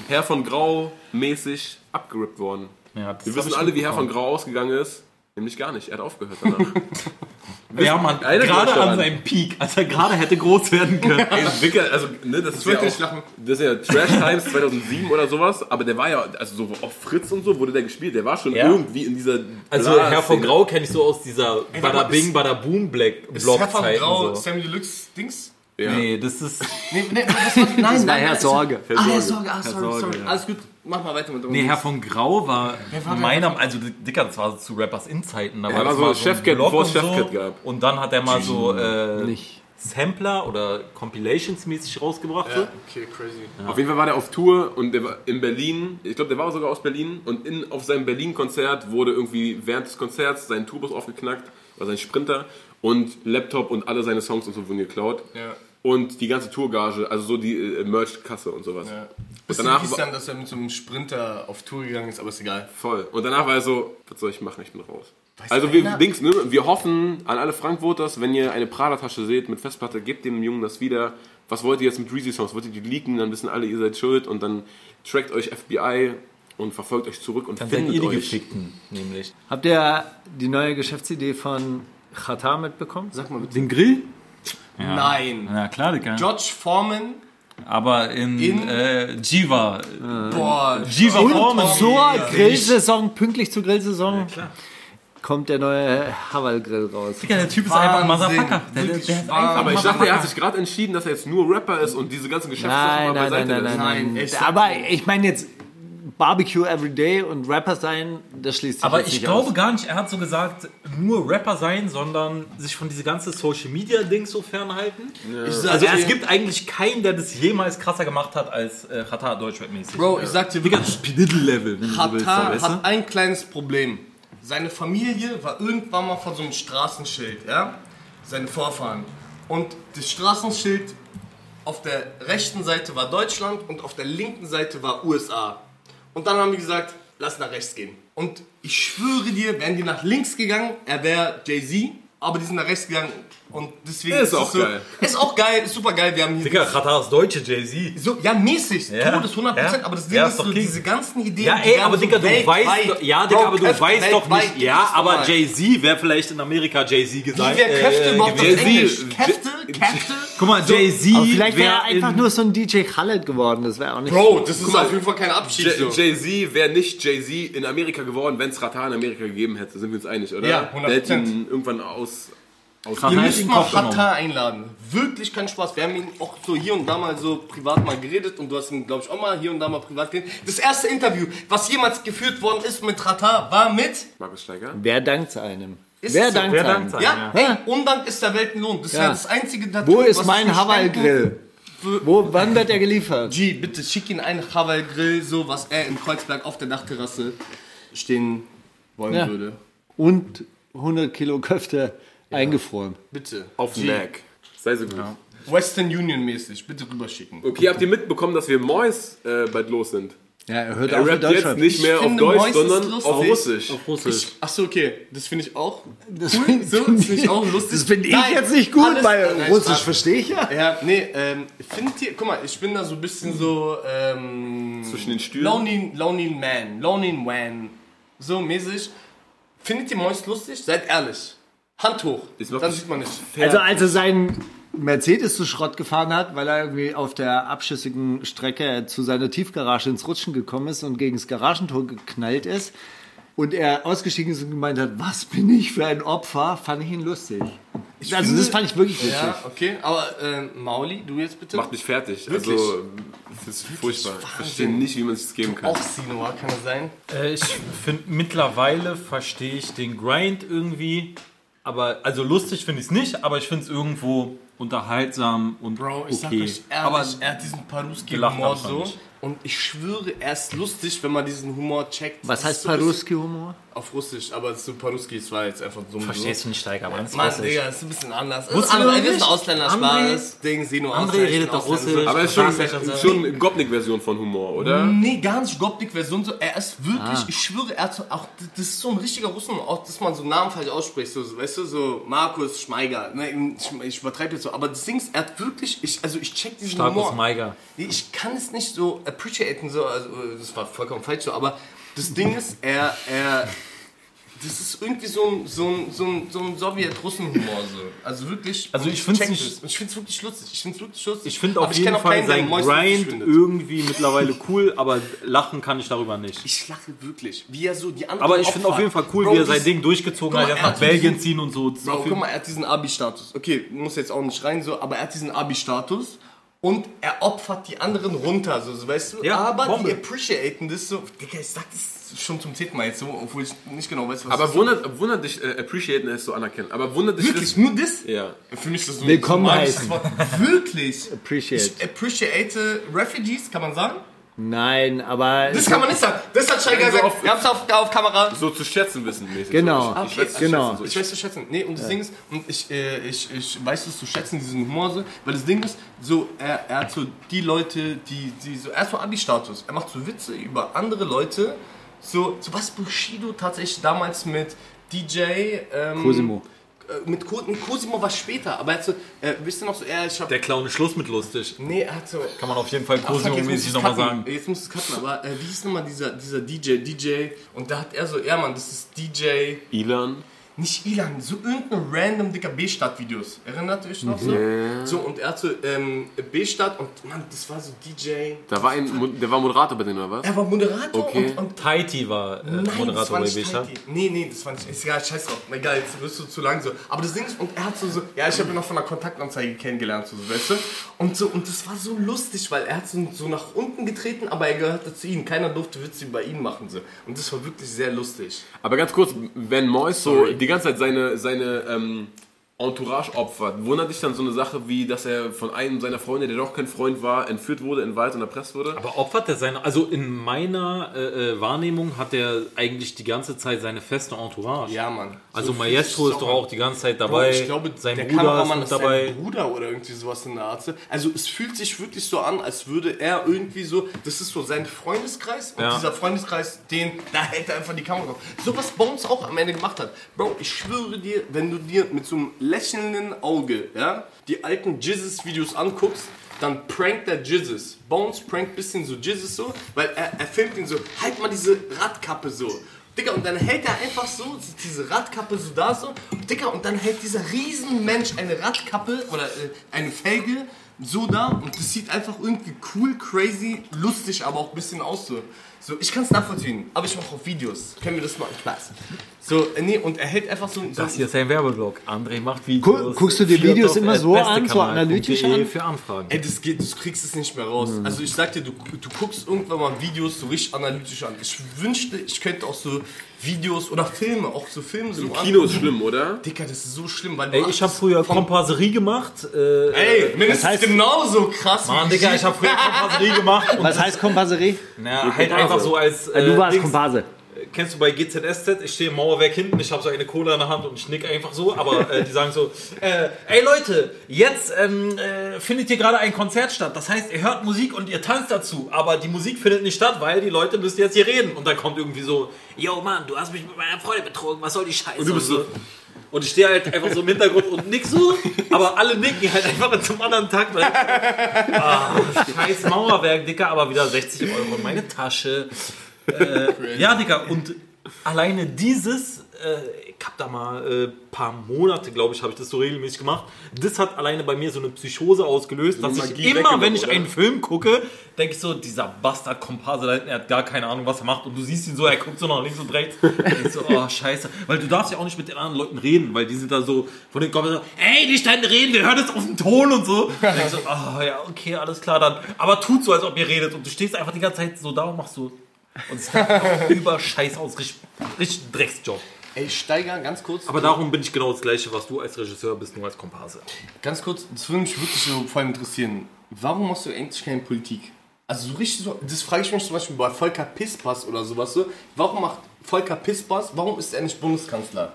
Herr von Grau mäßig abgerippt worden.
Ja, ja das
Wir
hab
wissen
ich
alle, wie Herr von
mitbekommen.
Grau ausgegangen ist. Nämlich gar nicht. Er hat aufgehört danach.
(laughs) Ja, man,
Erinnert ihr euch
gerade
daran?
an seinem Peak, als er gerade hätte groß werden können.
Ey, Wicker, also, ne, das ist ja
würde
auch,
ich lachen.
das ist ja Trash Times 2007 oder sowas, aber der war ja, also so auf Fritz und so wurde der gespielt, der war schon
Ja.
irgendwie in dieser
(laughs) Also
Blase.
Herr von Grau kenne ich so aus dieser
warte mal,
Bada Bing,
ist-
Bada Boom Black
ist Herr
Block
von
Zeiten
Grau,
so.
Sammy Deluxe Dings?
Ja.
Nee, das ist
Nee, nee, das war, nein, das
Na, Herr Sorge.
Ah, Herr Sorge, ah, sorry,
Sorge,
sorry.
ja.
Alles gut, mach mal weiter mit uns.
Nee, Herr von Grau war,
war der
meiner also Dicker, das war zu Rappers in Zeiten, da
war so Chefcat,
Block
bevor es
und
Chefcat gab.
Und dann hat er mal so äh, Sampler oder Compilations mäßig rausgebracht. so.
Okay, crazy.
Auf jeden Fall war der auf Tour und der war in Berlin, ich glaube, der war sogar aus Berlin und in, auf seinem Berlin-Konzert wurde irgendwie während des Konzerts sein Tourbus aufgeknackt, oder sein Sprinter und Laptop und alle seine Songs und so wurden geklaut.
Ja.
Und die ganze Tourgage, also so die äh, Merch-Kasse und sowas.
Ja.
Und
Bisschen
danach
fies
war,
dann, dass er mit so einem Sprinter auf Tour gegangen ist, aber ist egal.
Voll. Und danach war er so, was soll ich machen, ich bin raus. also wir,
einer?
Dings, ne, wir hoffen an alle Frankfurters, wenn ihr eine Prada-Tasche seht mit Festplatte, gebt dem Jungen das wieder. Was wollt ihr jetzt mit Reezy-Songs? Wollt ihr die leaken? Dann wissen alle, ihr seid schuld und dann trackt euch FBI und verfolgt euch zurück und
Dann seid
findet
ihr die
euch.
Gefickten, nämlich.
Habt ihr die neue Geschäftsidee von Qatar mitbekommen? Sag mal
Den Grill?
Nein.
Na klar, Dicker.
George Foreman,
Aber in,
In-
äh, Jiva.
boah,
Jiva Formen.
Und zur Oh, Grillsaison, pünktlich zur Grillsaison, kommt der neue Haval-Grill raus.
Dicker, der Typ ist
Wahnsinn.
einfach ein Motherfucker. Der, der,
Wirklich
der ist
Wahnsinn.
einfach
Aber ich dachte, er hat sich gerade entschieden, dass er jetzt nur Rapper ist und diese ganzen Geschäftssachen
Nein,
mal
nein, nein, nein,
lässt.
nein,
Nein,
nein.
ich sag-
Aber ich meine jetzt Barbecue Everyday und Rapper sein, das schließt sich
Aber
jetzt
ich
nicht
glaube
aus.
gar nicht, er hat so gesagt, nur Rapper sein, sondern sich von diese ganze Social Media Ding so fernhalten. Also es gibt eigentlich keinen, der das jemals krasser gemacht hat als äh, Hatta Deutschrap-mäßig.
Bro, ich sag dir, wie ganz
Spinidel-Level, wenn
Hatta hat ein kleines Problem. Seine Familie war irgendwann mal von so einem Straßenschild, ja? Seine Vorfahren. Und das Straßenschild auf der rechten Seite war Deutschland und auf der linken Seite war USA. Und dann haben die gesagt, lass nach rechts gehen. Und ich schwöre dir, wären die nach links gegangen, er wäre Jay-Z, aber die sind nach rechts gegangen. Und deswegen
Ist
es
auch
so,
geil.
Ist auch geil, ist super geil. Wir haben hier
Digga, Hatta ist deutsche Jay-Z.
so, ja, mäßig,
Ja.
Todes 100%,
Ja.
aber das Ding
Ja,
ist
ist doch
so,
King.
diese ganzen Ideen.
Ja,
die
ey,
werden
aber
so
Digga, du
weltweit-
weißt, doch- ja, Digga,
Bro,
aber du
Köfte
weißt doch
weltweit,
nicht. Ja,
ist
aber
normal.
Jay-Z wäre vielleicht in Amerika Jay-Z gesagt.
Wie wäre Köfte
äh,
überhaupt auf
gewesen.
Englisch? Käfte, Käfte.
Guck mal,
Aber
Jay-Z
vielleicht wäre
wäre
er einfach
in-
nur so ein DJ Khaled geworden, das wäre auch nicht
Bro, das ist auf jeden Fall kein Abschied.
Jay-
so.
Jay-Z wäre nicht Jay-Z in Amerika geworden, wenn es Rata in Amerika gegeben hätte. Sind wir uns einig, oder?
Ja, 100%.
Der hätte ihn irgendwann aus. aus
Krass.
Ihr
Hat
müsst
ihn
mal
Kopf
Hatta einladen. Wirklich kein Spaß. Wir haben ihn auch so hier und da mal so privat mal geredet und du hast ihn, glaube ich, auch mal hier und da mal privat geredet. Das erste Interview, was jemals geführt worden ist mit Hatta, war mit.
Markus Steiger?
Wer dankt's einem?
Ist
Wer
es so?
dankt's
Wer
einem?
dankt's einem?
Ja,
Ja.
Ey, Undank ist der Welt ein Lohn. Das
Ja.
wäre das einzige Tattoo,
Wo ist
was
mein
ich mir
Hawaii
schenken
Grill? Wo, wann wird er geliefert?
G, bitte schick ihn einen Hawaii Grill, so was er in Kreuzberg auf der Dachterrasse stehen wollen
Ja.
würde.
Und 100 Kilo Köfte eingefroren.
Bitte.
Auf den Lag. Sei so gut.
Western Union mäßig, bitte rüberschicken.
Okay, habt ihr mitbekommen, dass wir Mois äh, bald los sind?
Ja, er hört
Er
auf in
rappt jetzt
Deutschland.
nicht mehr auf
finde, Mois
Deutsch,
ist
sondern
lustig.
auf Russisch.
Russisch.
Achso, okay, das finde ich auch.
Das finde
So, das finde ich auch lustig.
Das finde ich
Nein,
jetzt nicht gut,
alles-
weil
Nein,
Russisch
Spaß.
verstehe ich ja.
Ja, nee, ähm, findet ihr, guck mal, ich bin da so ein bisschen so, ähm,
Zwischen den Stühlen.
Lonin, Lonin Man, Lonin Wan, so mäßig. Findet ihr Mois lustig? Seid ehrlich. Hand hoch,
Ich mach
dann
das-
sieht man nicht.
Also als er seinen Mercedes zu Schrott gefahren hat, weil er irgendwie auf der abschüssigen Strecke zu seiner Tiefgarage ins Rutschen gekommen ist und gegen das Garagentor geknallt ist und er ausgestiegen ist und gemeint hat, was bin ich für ein Opfer, fand ich ihn lustig. also
finde-
das fand ich wirklich lustig.
Ja, okay, aber ähm, Mauli, du jetzt bitte.
Macht mich fertig.
Wirklich?
Also, das ist furchtbar. Ich verstehe nicht, wie man sich das geben kann.
auch Sinoa, kann das sein?
Äh, ich finde, mittlerweile verstehe ich den Grind irgendwie. Aber, also lustig finde ich es nicht, aber ich finde es irgendwo unterhaltsam und
Bro, ich sag
okay.
euch ehrlich,
aber
er hat diesen
Gelacht
Paruski-Humor
hat man
so.
nicht.
Und ich schwöre, er ist lustig, wenn man diesen Humor checkt.
Was
Das
heißt
ist so ein bisschen-
Paruski-Humor?
Auf Russisch, aber so Paruski, es war jetzt einfach so.
verstehst du nicht, Steiger, Mann?
Mann, Digga, das ist ein bisschen anders. Das ist
Wusstest du
anders. Ey, wir
nicht?
sind Ausländer,
André-
Spaß. Ding, Sino
André
Ausländer,
redet doch
Ausländer.
Russisch.
Aber es ist schon,
Das ist ja
schon eine Gopnik-Version von Humor, oder?
Nee, gar nicht Gopnik-Version. So, er ist wirklich,
Ah.
ich schwöre, er hat so, auch, das ist so ein richtiger Russen, auch dass man so Namen falsch ausspricht. So, so, weißt du, so Markus Schmeiger. Ne, ich, ich übertreibe jetzt so, aber das Ding ist, er hat wirklich, ich, also ich check diesen
Markus
Humor.
Meiger.
Nee, ich kann es nicht so appreciaten, so, also, äh, das war vollkommen falsch so, aber das Ding ist, er, er, das ist irgendwie so ein, so ein, so ein, so ein Sowjet-Russen-Humor, so. Also wirklich.
Also ich
check
find's
das.
nicht-
Ich find's wirklich lustig, ich find's wirklich lustig.
Ich finde auf
Aber
jeden
kenn auch
Fall
keinen, der
seinen
Mois lustig
Grind
findet.
irgendwie mittlerweile cool, aber lachen kann ich darüber nicht.
Ich lache wirklich, wie er so die anderen
Aber ich finde
Opfer-
auf jeden Fall cool,
Bro,
wie er
das-
sein Ding durchgezogen
Guck
hat.
mal,
Jetzt
er
nach
hat
Belgien
diesen-
ziehen und so. Das ist
Bro,
auf jeden-
guck mal, er hat diesen Abi-Status. Okay, muss jetzt auch nicht rein, so, aber er hat diesen Abi-Status und er opfert die anderen runter, so, so weißt du?
Ja,
aber
Bombe.
die appreciaten das so. Digga, ich sag das schon zum zehnten Mal jetzt so, obwohl ich nicht genau weiß, was das
Aber wundert, wundert dich, äh, appreciaten ist so anerkennen. Aber wundert dich
Wirklich, nur das?
das. Ja.
Für mich ist das so
Willkommen
so ein magisches
heißen.
Wort. (laughs) Wirklich?
Appreciate.
Ich appreciate Refugees, kann man sagen?
Nein, aber
Das kann man nicht sagen. Das hat Scheiger
Nein, so
Also
gesagt.
auf-
Wir haben's auf, auf Kamera.
So zu schätzen wissen mäßig.
Genau.
So, ich- ich weiß zu
Genau.
schätzen, so.
Ich weiß zu schätzen. Nee, und das Ding ist, und ich, äh, ich, ich weiß es zu schätzen, diesen Humor so, weil das Ding ist, so, er, er hat so die Leute, die, die so, er hat so Abi-Status. Er macht so Witze über andere Leute, so, so was Bushido tatsächlich damals mit DJ, ähm,
Cosimo.
äh, Mit, Co mit Cosimo war später, aber er hat so, äh, wisst ihr noch so, er, ich hab,
der Clown ist Schluss mit lustig.
nee, er hat so,
Kann man auf jeden Fall Cosimo-mäßig nochmal sagen.
Jetzt muss es cutten, aber äh, wie hieß nochmal dieser, dieser DJ, DJ, und da hat er so, ja Mann, das ist DJ,
Ilan.
Nicht Ilan, so irgendein random dicker B-Stadt-Videos. Erinnert ihr euch noch so? So, und er hat so ähm, B-Stadt und Mann, das war so DJ.
Da war ein, Mo- der war Moderator bei denen, oder was?
Er war Moderator
Okay.
und, und
Taiti war äh,
Nein, das war
Moderator bei
nicht
Bestadt.
Taiki. Nee, nee, das war nicht. Ist egal, scheiß drauf. Egal, jetzt wirst du zu lang so. Aber das Ding ist, und er hat so, so ja, ich habe ihn noch von einer Kontaktanzeige kennengelernt, so, so, weißt du? Und so, und das war so lustig, weil er hat so, so nach unten getreten, aber er gehörte zu ihnen. Keiner durfte Witze über ihn machen, so. Und das war wirklich sehr lustig.
Aber ganz kurz, wenn Mois so die ganze Zeit seine, seine ähm, Entourage opfert, wundert dich dann so eine Sache wie, dass er von einem seiner Freunde, der doch kein Freund war, entführt wurde, in den Wald und erpresst wurde?
Aber opfert er seine, also in meiner äh, äh, Wahrnehmung hat er eigentlich die ganze Zeit seine feste Entourage.
Ja, Mann.
Also
So
Maestro ist
richtig
doch
sauer.
auch die ganze Zeit
Bro,
dabei.
ich glaube,
sein
der
Bruder ist
Kameramann
mit
ist
dabei.
sein Bruder oder irgendwie sowas in der Art. Also es fühlt sich wirklich so an, als würde er irgendwie so, das ist so sein Freundeskreis und
Ja.
dieser Freundeskreis, den, da hält er einfach die Kamera drauf. So was Bones auch am Ende gemacht hat. Bro, ich schwöre dir, wenn du dir mit so einem lächelnden Auge, ja, die alten Jizzes-Videos anguckst, dann prankt der Jizzes. Bones prankt bisschen so Jizzes so, weil er, er filmt ihn so, halt mal diese Radkappe so. Digga, und dann hält er einfach so diese Radkappe so da so. Digga, und dann hält dieser Riesenmensch eine Radkappe oder äh, eine Felge so da. Und das sieht einfach irgendwie cool, crazy, lustig, aber auch ein bisschen aus so. So, ich kann es nachvollziehen, aber ich mache auch Videos. Können wir das machen? Spaß. So, äh, nee, und er hält einfach so... so
Das hier ist sein Werbeblock. André macht
Gu-
Videos.
guckst du dir
Führt
Videos
auf
immer so an, so
bestekanal.de
analytisch an?
Für Anfragen.
Ey, das geht, du kriegst es nicht mehr raus.
Mhm.
Also ich sag dir, du, du guckst irgendwann mal Videos so richtig analytisch an. Ich wünschte, ich könnte auch so Videos oder Filme, auch so Filme so an-
Kino ist schlimm, oder?
Dicker, das ist so schlimm, weil du
Ey, ich habe früher Komparserie gemacht. Äh,
Ey, mindestens
heißt-
genauso krass
Mann,
wie
Digga,
sie.
ich habe
(laughs)
früher Komparserie gemacht. Und halt,
Was heißt Komparserie?
na, halt einfach so als. Äh,
du warst
Dings.
Komparse.
Kennst du bei GZSZ? Ich stehe im Mauerwerk hinten, ich habe so eine Cola in der Hand und ich nick einfach so. Aber äh, die sagen so: äh, Ey Leute, jetzt ähm, äh, findet hier gerade ein Konzert statt. Das heißt, ihr hört Musik und ihr tanzt dazu. Aber die Musik findet nicht statt, weil die Leute müssen jetzt hier reden. Und dann kommt irgendwie so: Yo Mann, du hast mich mit meiner Freundin betrogen. Was soll die Scheiße? Und
du bist so-
Und ich stehe halt einfach so im Hintergrund und nick so, aber alle nicken halt einfach zum anderen Takt. Weil ah, scheiß Mauerwerk, Dicker, aber wieder 60 Euro in meine Tasche. Äh, ja, Dicker, und alleine dieses, äh, ich hab da mal ein äh, paar Monate, glaube ich, habe ich das so regelmäßig gemacht. Das hat alleine bei mir so eine Psychose ausgelöst, dass ich
Magie
immer, wenn
weggenommen,
ich
oder?
einen Film gucke, denke ich so, dieser Bastard Komparse da hinten, er hat gar keine Ahnung, was er macht. Und du siehst ihn so, er guckt so nach links und rechts. (laughs) Und so, oh, scheiße. Weil du darfst ja auch nicht mit den anderen Leuten reden, weil die sind da so von den Komparsen, ey, nicht deine reden, wir hören das auf den Ton und so. Und ich so, ah, ja, okay, alles klar dann. Aber tut so, als ob ihr redet. Und du stehst einfach die ganze Zeit so da und machst so, und es sieht auch (laughs) über Scheiß aus. Richtig, richtig ein Drecksjob.
Ey, Steiger, ganz kurz.
Aber darum bin ich genau das Gleiche, was du als Regisseur bist, nur als Komparse.
ganz kurz, das würde mich wirklich so voll interessieren. Warum machst du eigentlich keine Politik? Also so richtig so, das frage ich mich zum Beispiel bei Volker Pispas oder sowas so. Warum macht Volker Pispas, warum ist er nicht Bundeskanzler?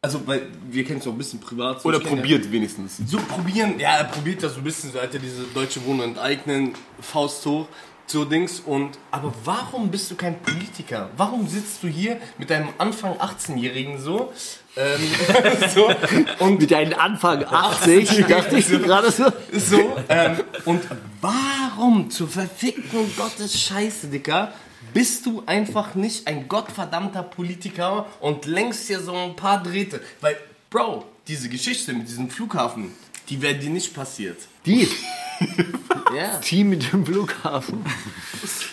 Also, weil wir kennen es auch ein bisschen privat. so
Oder
ich kenn ja-
probiert wenigstens.
So probieren, ja, er probiert das so ein bisschen, so hat er diese deutsche Wohnung enteignen, Faust hoch, so Dings und, aber warum bist du kein Politiker? Warum sitzt du hier mit deinem Anfang 18-Jährigen so, ähm, (laughs) so, und,
Mit einem Anfang 80, dachte ich gerade so.
so, ähm, und warum zur verfickten Gottes Scheiße, Dicker, bist du einfach nicht ein gottverdammter Politiker und lenkst dir so ein paar Drähte, weil, Bro, diese Geschichte mit diesem Flughafen, die wäre dir nicht passiert.
Die,
Ja.
Team mit dem Flughafen.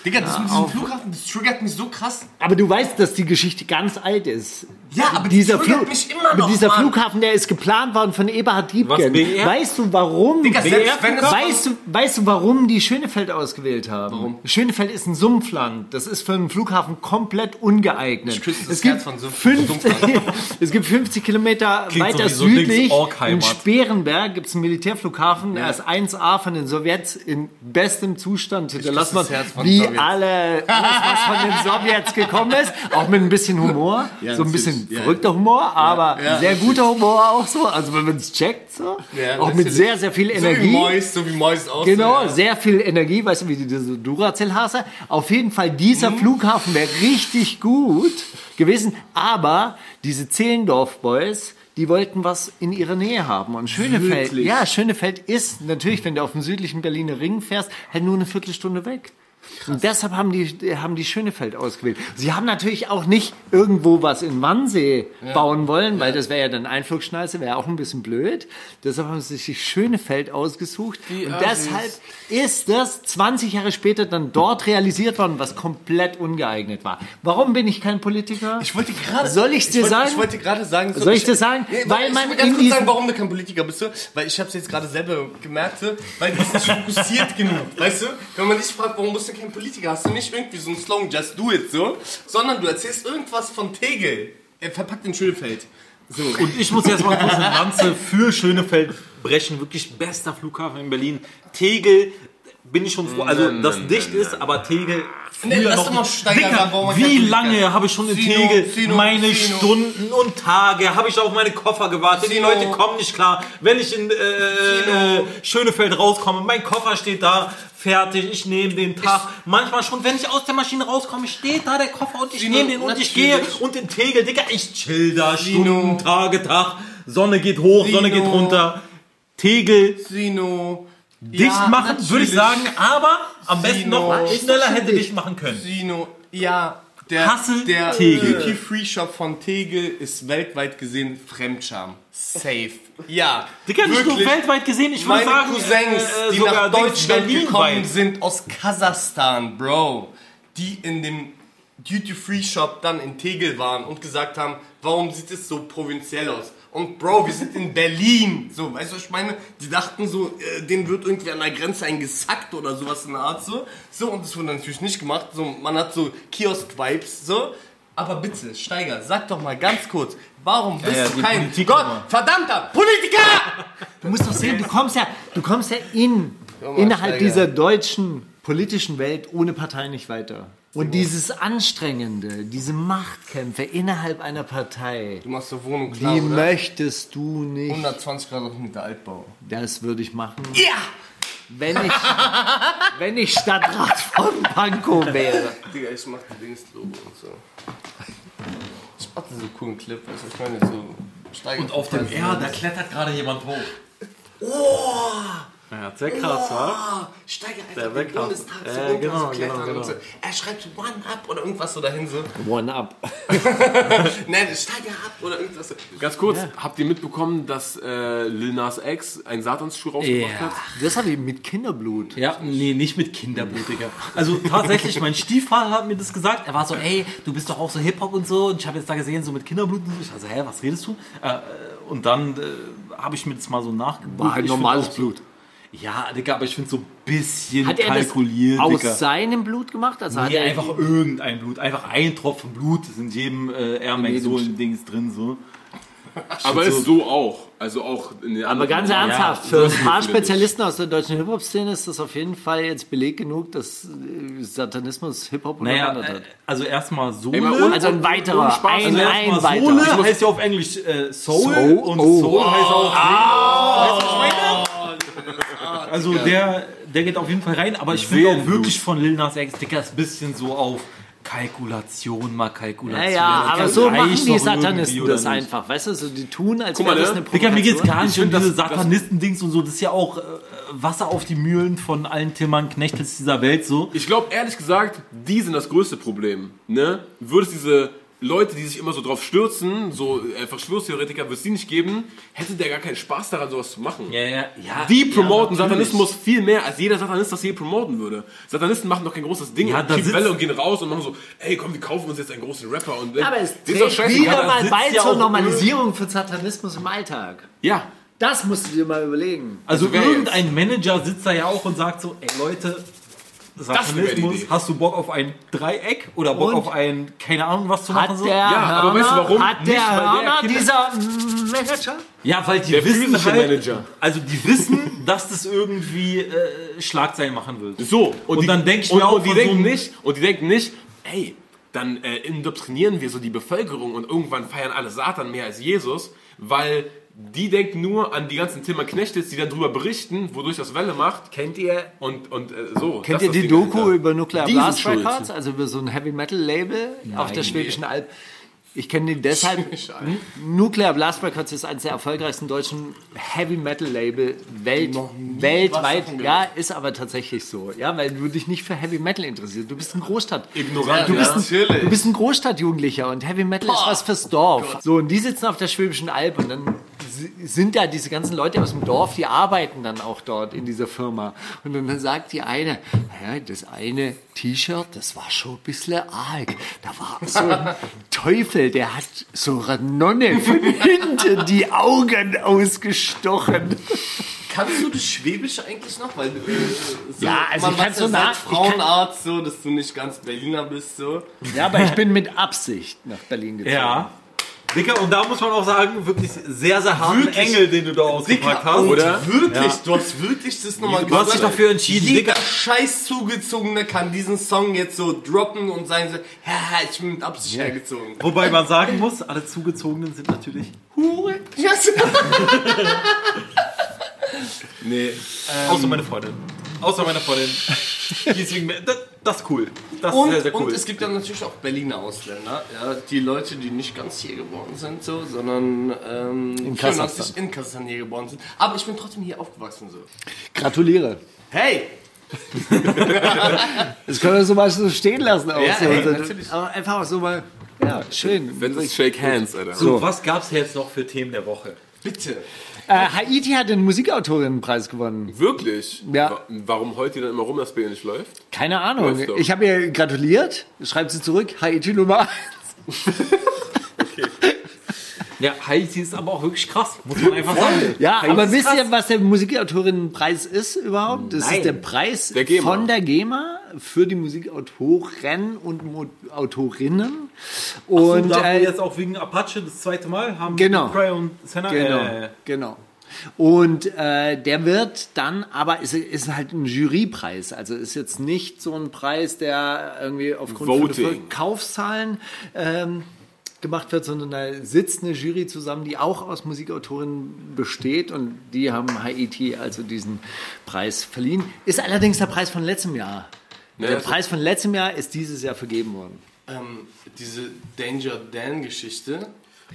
Digga, das mit diesem Flughafen, das triggert mich so krass.
Aber du weißt, dass die Geschichte ganz alt ist.
Ja, aber
dieser
das triggert
Flug,
mich immer noch,
mit dieser
Mann.
Flughafen, der ist geplant worden von Eberhard Diebken.
BR?
Weißt du, warum?
Digga, selbst wenn es-
weißt, du, weißt du, warum die Schönefeld ausgewählt haben? Warum? Schönefeld ist ein Sumpfland. Das ist für einen Flughafen komplett ungeeignet.
Ich küsse das
es, gibt
Herz von Sumpf-
50, (laughs) es gibt 50 Kilometer
Klingt
weiter
sowieso Dings
südlich in
Orkheimat.
Sperenberg gibt es einen Militärflughafen. Er ist 1A von den Sowjets in bestem Zustand. Da lass
küsse
mal,
das Herz von
wie
Sowjets.
alle, alles, was von den Sowjets gekommen ist. Auch mit ein bisschen Humor. so ein
natürlich.
bisschen
Ja,
verrückter Humor, aber
ja,
sehr guter Humor auch so. Also wenn man es checkt so.
Ja,
auch mit
natürlich.
sehr, sehr viel
So wie
Energie.
Mois, so wie Mois aus.
Genau,
Ja.
sehr viel Energie, weißt du, wie die diese Duracell-Hase. Auf jeden Fall, dieser
Mhm.
Flughafen wäre richtig gut gewesen, aber diese Zehlendorf-Boys, die wollten was in ihrer Nähe haben. Und Schönefeld, ja, Schönefeld ist natürlich, wenn du auf dem südlichen Berliner Ring fährst, halt nur eine Viertelstunde weg. Und deshalb haben die, haben die Schönefeld ausgewählt. Sie haben natürlich auch nicht irgendwo was in Wannsee bauen wollen, weil das wäre ja dann Einflugschneise, wäre auch ein bisschen blöd. Deshalb haben sie sich Schönefeld ausgesucht. und deshalb ist das 20 Jahre später dann dort realisiert worden, was komplett ungeeignet war. Warum bin ich kein Politiker?
Ich wollte gerade.
Soll ich's dir
wollte-
sagen?
Ich wollte gerade sagen.
Soll ich dir sagen? Weil
weil
man
man ich will
in
ganz kurz
diesem-
sagen, warum du kein Politiker bist, so, weil ich hab's jetzt gerade selber gemerkt, so, weil du bist nicht fokussiert (laughs) genug, weißt du? Wenn man dich fragt, warum bist du kein Politiker, hast du nicht irgendwie so einen Slogan, just do it, so, sondern du erzählst irgendwas von Tegel, äh, verpackt in Schönefeld. So.
Und ich muss jetzt mal kurz eine Lanze für Schönefeld brechen. Wirklich bester Flughafen in Berlin. Tegel bin ich schon froh. Also, dass dicht ist, aber Tegel. Früher
Nee, lass
noch
doch mal
nicht.
Steiger
Dicker,
sagen, warum man
Wie
kein Flieger
lange
ist.
habe ich schon in
Sino,
Tegel
Sino,
meine
Sino.
Stunden und Tage, habe ich auf meine Koffer gewartet.
Sino.
Die Leute kommen nicht klar. Wenn ich in äh, äh, Schönefeld rauskomme, mein Koffer steht da. Fertig, ich nehme den Tag. Manchmal schon, wenn ich aus der Maschine rauskomme, steht da der Koffer und ich
Sino,
nehme den und ich
natürlich.
gehe und in Tegel, Digga, ich chill da
Sino.
Stunden, Tage, Tag. Sonne geht hoch, Sonne geht
Sino.
runter. Tegel
Sino,
dicht machen, würde
natürlich.
ich sagen, aber am besten noch
Ist
schneller hätte dicht machen können.
Sino, ja, der,
Hassel
der
Tegel.
Duty-Free-Shop von Tegel ist weltweit gesehen Fremdscham. Safe. Ja.
Digga, nicht nur
wirklich.
weltweit gesehen, ich würde
Meine
sagen,
Cousins,
äh,
die
sogar
nach Deutschland
Berlin
gekommen
weit.
sind, aus Kasachstan, Bro, die in dem Duty-Free-Shop dann in Tegel waren und gesagt haben, warum sieht es so provinziell aus? Und Bro, wir sind in Berlin. So, weißt du, was ich meine? Die dachten so, äh, denen wird irgendwie an der Grenze ein gesackt oder sowas in der Art so. So, und das wurde natürlich nicht gemacht. So, man hat so Kiosk-Vibes, so. Aber bitte, Steiger, sag doch mal ganz kurz, warum bist
ja,
du
die
kein
Politik
Gott,
nochmal.
verdammter Politiker?
Du musst doch sehen, du kommst ja, du kommst ja in, innerhalb
Steiger.
dieser deutschen politischen Welt ohne Partei nicht weiter. Und dieses Anstrengende, diese Machtkämpfe innerhalb einer Partei,
Du machst der Wohnung klar,
die
oder?
möchtest du nicht.
120 Grad auf den Meter Altbau.
Das würde ich machen,
Ja!
wenn ich, wenn ich Stadtrat von Pankow wäre.
Digga, ich mach die Dings Logo und so. Ich mach so einen coolen Clip, also ich meine so steigen.
Und auf dem R, da klettert gerade jemand hoch.
Ja, sehr krass, wa?
Steiger Oh! einfach
Der
im
Wecker.
Bundestag so
Äh,
runter
genau,
zu klettern
genau, genau.
und so. Er schreibt so One Up oder irgendwas so dahin so. (laughs)
One up.
Nein, Steiger Up oder irgendwas so.
Ganz kurz, habt ihr mitbekommen, dass äh, Lil Nas X einen Satansschuh rausgebracht
Ja.
hat?
Das habe ich mit Kinderblut.
Ja, nee, nicht mit Kinderblut,
Hm.
Digga. Also tatsächlich, mein Stiefvater hat mir das gesagt. Er war so, ey, du bist doch auch so Hip-Hop und so. Und ich habe jetzt da gesehen, so mit Kinderblut und so. Ich war so, hä, was redest du? Äh, äh, und dann äh, habe ich mir das mal so nachgeguckt.
War ein
Ich find
normales
auch so,
Blut.
Ja, Digga, aber ich finde so ein bisschen
Hat er das
kalkuliert,
aus
Digga.
seinem Blut gemacht? Also hat
Nee,
er
einfach irgendein Blut. Einfach ein Tropfen Blut ist in jedem äh, Air Max Sohlen-Dings drin, so.
Aber ist so auch. Also auch in den
Aber
anderen.
ganz ernsthaft,
Ja,
für
so
ein paar
ist es natürlich.
Spezialisten aus der deutschen Hip-Hop-Szene ist das auf jeden Fall jetzt Beleg genug, dass äh, Satanismus Hip-Hop
Naja,
unterwandert
äh,
hat.
also erstmal Sohle.
mal ohne-
Also ein weiterer,
äh, ohne Spaß,
ein,
also
ein
erstmal
weiterer.
Sohle heißt ja auf Englisch äh, Soul,
Soul?
und
Oh. Ah.
Soul heißt auch. Weißt du, was ich meine? Also der, der geht auf jeden Fall rein, aber ich finde auch wirklich von Lil Nas X Dicker ist ein bisschen so auf Kalkulation mal Kalkulation.
Naja,
Also,
aber
Das
so
reicht
machen
doch
die
irgendwie,
Satanisten
oder
das
nicht?
einfach. Weißt du, so die tun, als
Guck mal,
wäre das
ne?
eine
Digga, mir geht's
Provokation.
gar nicht um diese
das-
Satanisten-Dings und so. Das ist ja auch äh, Wasser auf die Mühlen von allen Timmern, Knechtels dieser Welt so.
Ich glaube, ehrlich gesagt, die sind das größte Problem. Ne? Würde es diese Leute, die sich immer so drauf stürzen, so äh, Verschwörungstheoretiker, würde es die nicht geben, hätte der gar keinen Spaß daran, sowas zu machen.
ja, ja.
Die promoten
ja, natürlich.
Satanismus viel mehr, als jeder Satanist das je promoten würde. Satanisten machen doch kein großes Ding,
Ja,
und
da
die
sitzt-
Welle und gehen raus und machen so, ey komm, wir kaufen uns jetzt einen großen Rapper und
Aber es
Ist doch
trägt
scheißegal,
wieder
da
mal
sitzt
bei zur
ja auch- ne?
Normalisierung von Satanismus im Alltag.
Ja,
Das musst du dir mal überlegen.
Also
wer
irgendein Manager sitzt da ja auch und sagt so, ey Leute,
wäre die
Satanismus,
Idee.
hast du Bock auf ein Dreieck oder Bock
Und?
auf ein, keine Ahnung was zu machen
Hat
so?
der
aber weißt du
Hörner-
warum?
Hat
Nicht,
der
weil der
Hörner,
Kinder-
dieser mm, Manager?
Ja, weil die
Der
wissen
physische
halt,
Manager.
also die wissen, (laughs) dass das irgendwie äh, Schlagzeilen machen wird.
So, und,
Und
die,
dann denk ich
und,
mir auch
und die
von so
denken
einem-
nicht, und die denken nicht, ey, dann äh, indoktrinieren wir so die Bevölkerung und irgendwann feiern alle Satan mehr als Jesus, weil die denken nur an die ganzen Thema Knechtels, die dann drüber berichten, wodurch das Welle macht. Kennt ihr? Und, und äh, so.
Kennt
das
ihr
ist
die
das Ding
Doku
dahinter.
über Nuclear
Die sind
Blast
schuld.
Records, also über so ein Heavy Metal Label auf der Schwäbischen Alb? Ich kenne den deshalb. Nuclear Blast Records ist eines der erfolgreichsten deutschen Heavy Metal Label Welt, weltweit. Ja, ist aber tatsächlich so. Ja, weil du dich nicht für Heavy Metal interessierst. Du bist ein Großstadt.
Ignorant,
du, bist
ja.
ein, du bist ein Großstadtjugendlicher und Heavy Metal ist was fürs Dorf. So, und die sitzen auf der Schwäbischen Alb und dann si- sind da diese ganzen Leute aus dem Dorf, die arbeiten dann auch dort in dieser Firma. Und dann sagt die eine, ja, das eine T-Shirt, das war schon ein bisschen arg. Da war so (laughs) ein Teufel, der hat so einer Nonne von hinten die Augen ausgestochen.
Kannst du das Schwäbische eigentlich noch? Weil äh, so,
Ja, also
man
ich
weiß
kann's
ja
so
seit
nach- ich
Frauenarzt so, dass du nicht ganz Berliner bist so.
Ja, aber ich bin mit Absicht nach Berlin gezogen.
Ja. Dicker, und da muss man auch sagen, wirklich sehr, sehr harten
Wirklich
Engel, den du da ausgepackt hast.
und
Oder?
Wirklich, du hast wirklich das nochmal
Du hast dich dafür entschieden,
Jeder
Dicker.
scheiß Zugezogener kann diesen Song jetzt so droppen und sagen so, haha, ich bin mit Absicht hergezogen.
Wobei man sagen muss, alle Zugezogenen sind natürlich.
Nee,
Außer meine Freundin. Außer meine (laughs) Freundin. Die ist wegen, das, das ist cool. Das
Und,
ist sehr, sehr cool.
und es gibt dann natürlich auch Berliner Ausländer, ja, die Leute, die nicht ganz hier geboren sind, so, sondern ähm, in,
Kasachstan.
in Kasachstan hier geboren sind. Aber ich bin trotzdem hier aufgewachsen. So.
Gratuliere.
Hey!
Das können wir so mal so stehen lassen. Auch
Ja,
so.
ey,
So,
natürlich.
Aber einfach auch so mal. Ja, schön.
wenn es Shake Hands, Alter.
so, was gab's jetzt noch für Themen der Woche?
Bitte!
Äh, Haiti hat den Musikautorinnenpreis gewonnen.
Wirklich?
Ja.
Wa- Warum heult ihr dann immer rum, dass Bier nicht läuft?
Keine Ahnung.
Läuft doch.
Ich habe ihr gratuliert. Schreibt sie zurück. Haiti Nummer 1.
Ja, Haiti ist aber auch wirklich krass. Muss man einfach sagen.
Ja,
Haiti
aber
ist
wisst
krass.
ihr, was der Musikautorinnenpreis ist überhaupt? Das
Nein.
ist der Preis
Der GEMA.
von der GEMA für die Musikautoren und Mo Autorinnen.
Und
Und
da wir
äh,
jetzt auch wegen Apache das zweite Mal haben
Genau.
Cry und Senna.
Genau,
Äh,
genau. Und äh, der wird dann, aber ist, ist halt ein Jurypreis, also ist jetzt nicht so ein Preis, der irgendwie aufgrund von
Voting.
Verkaufszahlen ähm, gemacht wird, sondern da sitzt eine Jury zusammen, die auch aus Musikautoren besteht und die haben Haiti also diesen Preis verliehen. Ist allerdings der Preis von letztem Jahr. der
das-
Preis von letztem Jahr ist dieses Jahr vergeben worden.
Ähm, diese Danger Dan-Geschichte.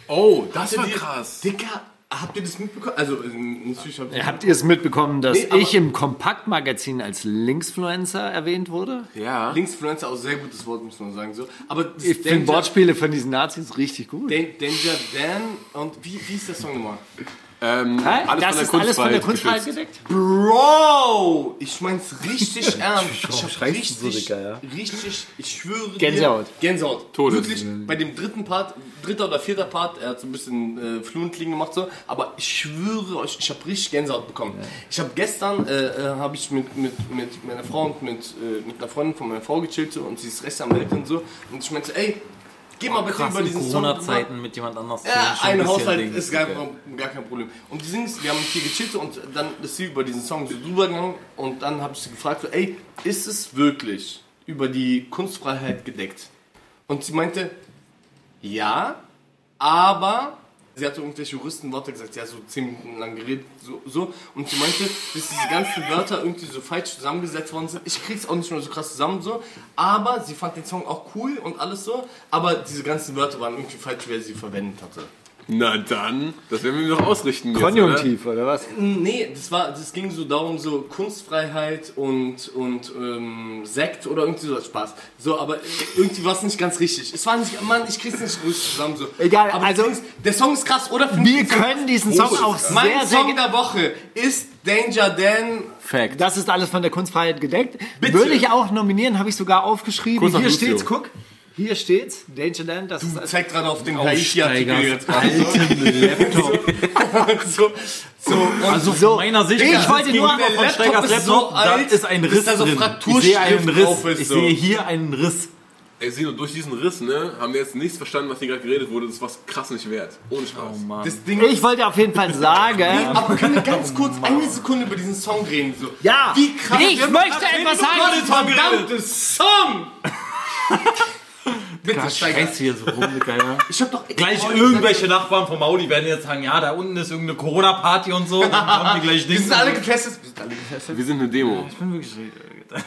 Oh, das war krass.
Dicker, habt ihr das mitbekommen? Also, ähm, natürlich habt ihr.
Habt ihr es mitbekommen, dass
Nee, aber-
ich im Kompaktmagazin als Linksfluencer erwähnt wurde?
Ja.
Linksfluencer, auch sehr gutes Wort, muss man sagen. So. Aber das
Ich finde
Danger,
Wortspiele von diesen Nazis richtig gut.
Dan, Danger Dan und wie, wie ist der Song nochmal?
Ähm, alles
das
von der
ist alles von der
Kunstfreiheit
Kunstfreiheit
geschützt.
gedeckt?
Bro! Ich mein's
(laughs)
richtig ernst. Ich hab richtig,
so, Dicker, ja?
richtig, ich schwöre dir.
Gänsehaut.
Gänsehaut.
Todes.
Wirklich, bei dem dritten Part, dritter oder vierter Part, er hat so ein bisschen äh, fluent klingen gemacht so, aber ich schwöre euch, ich habe richtig Gänsehaut bekommen. Ich habe gestern, äh, äh, habe ich mit, mit, mit meiner Frau und mit, äh, mit einer Freundin von meiner Frau gechillt so, und sie ist Rechtsanwältin und so und ich meinte, ey, geh mal bitte
Oh, krass
über
in
diesen Song drüber.
Corona-Zeiten mit jemand anders.
Ja,
schon
ein
bisschen
Haushalt
Ding.
ist gar, gar kein Problem. Und die singen, wir haben viel gechillt und dann ist sie über diesen Song so drüber gegangen und dann habe ich sie gefragt, so, ey, ist es wirklich über die Kunstfreiheit gedeckt? Und sie meinte, ja, aber sie hatte irgendwelche Juristenworte gesagt, sie hat so zehn Minuten lang geredet, so, so. Und sie meinte, dass diese ganzen Wörter irgendwie so falsch zusammengesetzt worden sind. Ich krieg's auch nicht mehr so krass zusammen, so. Aber sie fand den Song auch cool und alles so. Aber diese ganzen Wörter waren irgendwie falsch, wer sie verwendet hatte.
Na dann, das werden wir ihm noch ausrichten. Jetzt,
Konjunktiv, oder was?
Nee, das war, das ging so darum, so Kunstfreiheit und, und ähm, Sekt oder irgendwie sowas Spaß. So, aber irgendwie war es nicht ganz richtig. Es war nicht, Mann, ich krieg's nicht richtig zusammen so.
Egal,
aber
also-
der Song ist- der Song ist krass, oder? Findet ihr
Wir
den Song
können
krass?
diesen Song auch
Mein
sehr, sehr
Song
gut.
der Woche ist Danger Dan.
Fact. Das ist alles von der Kunstfreiheit gedeckt.
Bitte.
Würde ich auch nominieren, habe ich sogar aufgeschrieben.
Kurz nach
Hier
Lucio.
steht's, guck. Hier steht's, Danger Dan, das ist
Zeig gerade auf den Haiti-Artikel jetzt gerade. (laughs) so, so, und
Also von
So,
meiner Sicht,
ich
das
wollte
ist
nur-
gegenüber
der
von
Laptop
Steigers
ist so
Laptop,
alt,
da ist ein
dass
Riss
da so
drin. Ich
Frakturschrift
sehe einen
drauf
Riss.
ist,
Ich
so.
sehe hier einen Riss.
Ey, Sino, durch diesen Riss, ne, haben wir jetzt nichts verstanden, was hier gerade geredet wurde. Das war krass nicht wert. Ohne Spaß.
das Ding
Ich wollte auf jeden Fall (laughs) sagen.
Aber können wir ganz kurz eine Sekunde über diesen Song reden? So.
Ja,
Wie krass.
ich
Wir haben
möchte
gerade
etwas
über
sagen.
den Verdammte Song! Bitte, Steiger.
Scheiß hier so rum, Digga, ja.
Ich hab doch echt
Gleich
heute
irgendwelche Nachbarn von Mauli werden jetzt sagen, ja, da unten ist irgendeine Corona-Party und so. Dann kommen die
gesagt,
gleich
Wir
Dings.
sind alle getestet. Wir sind alle getestet.
Wir sind eine Demo.
Ich bin wirklich geht.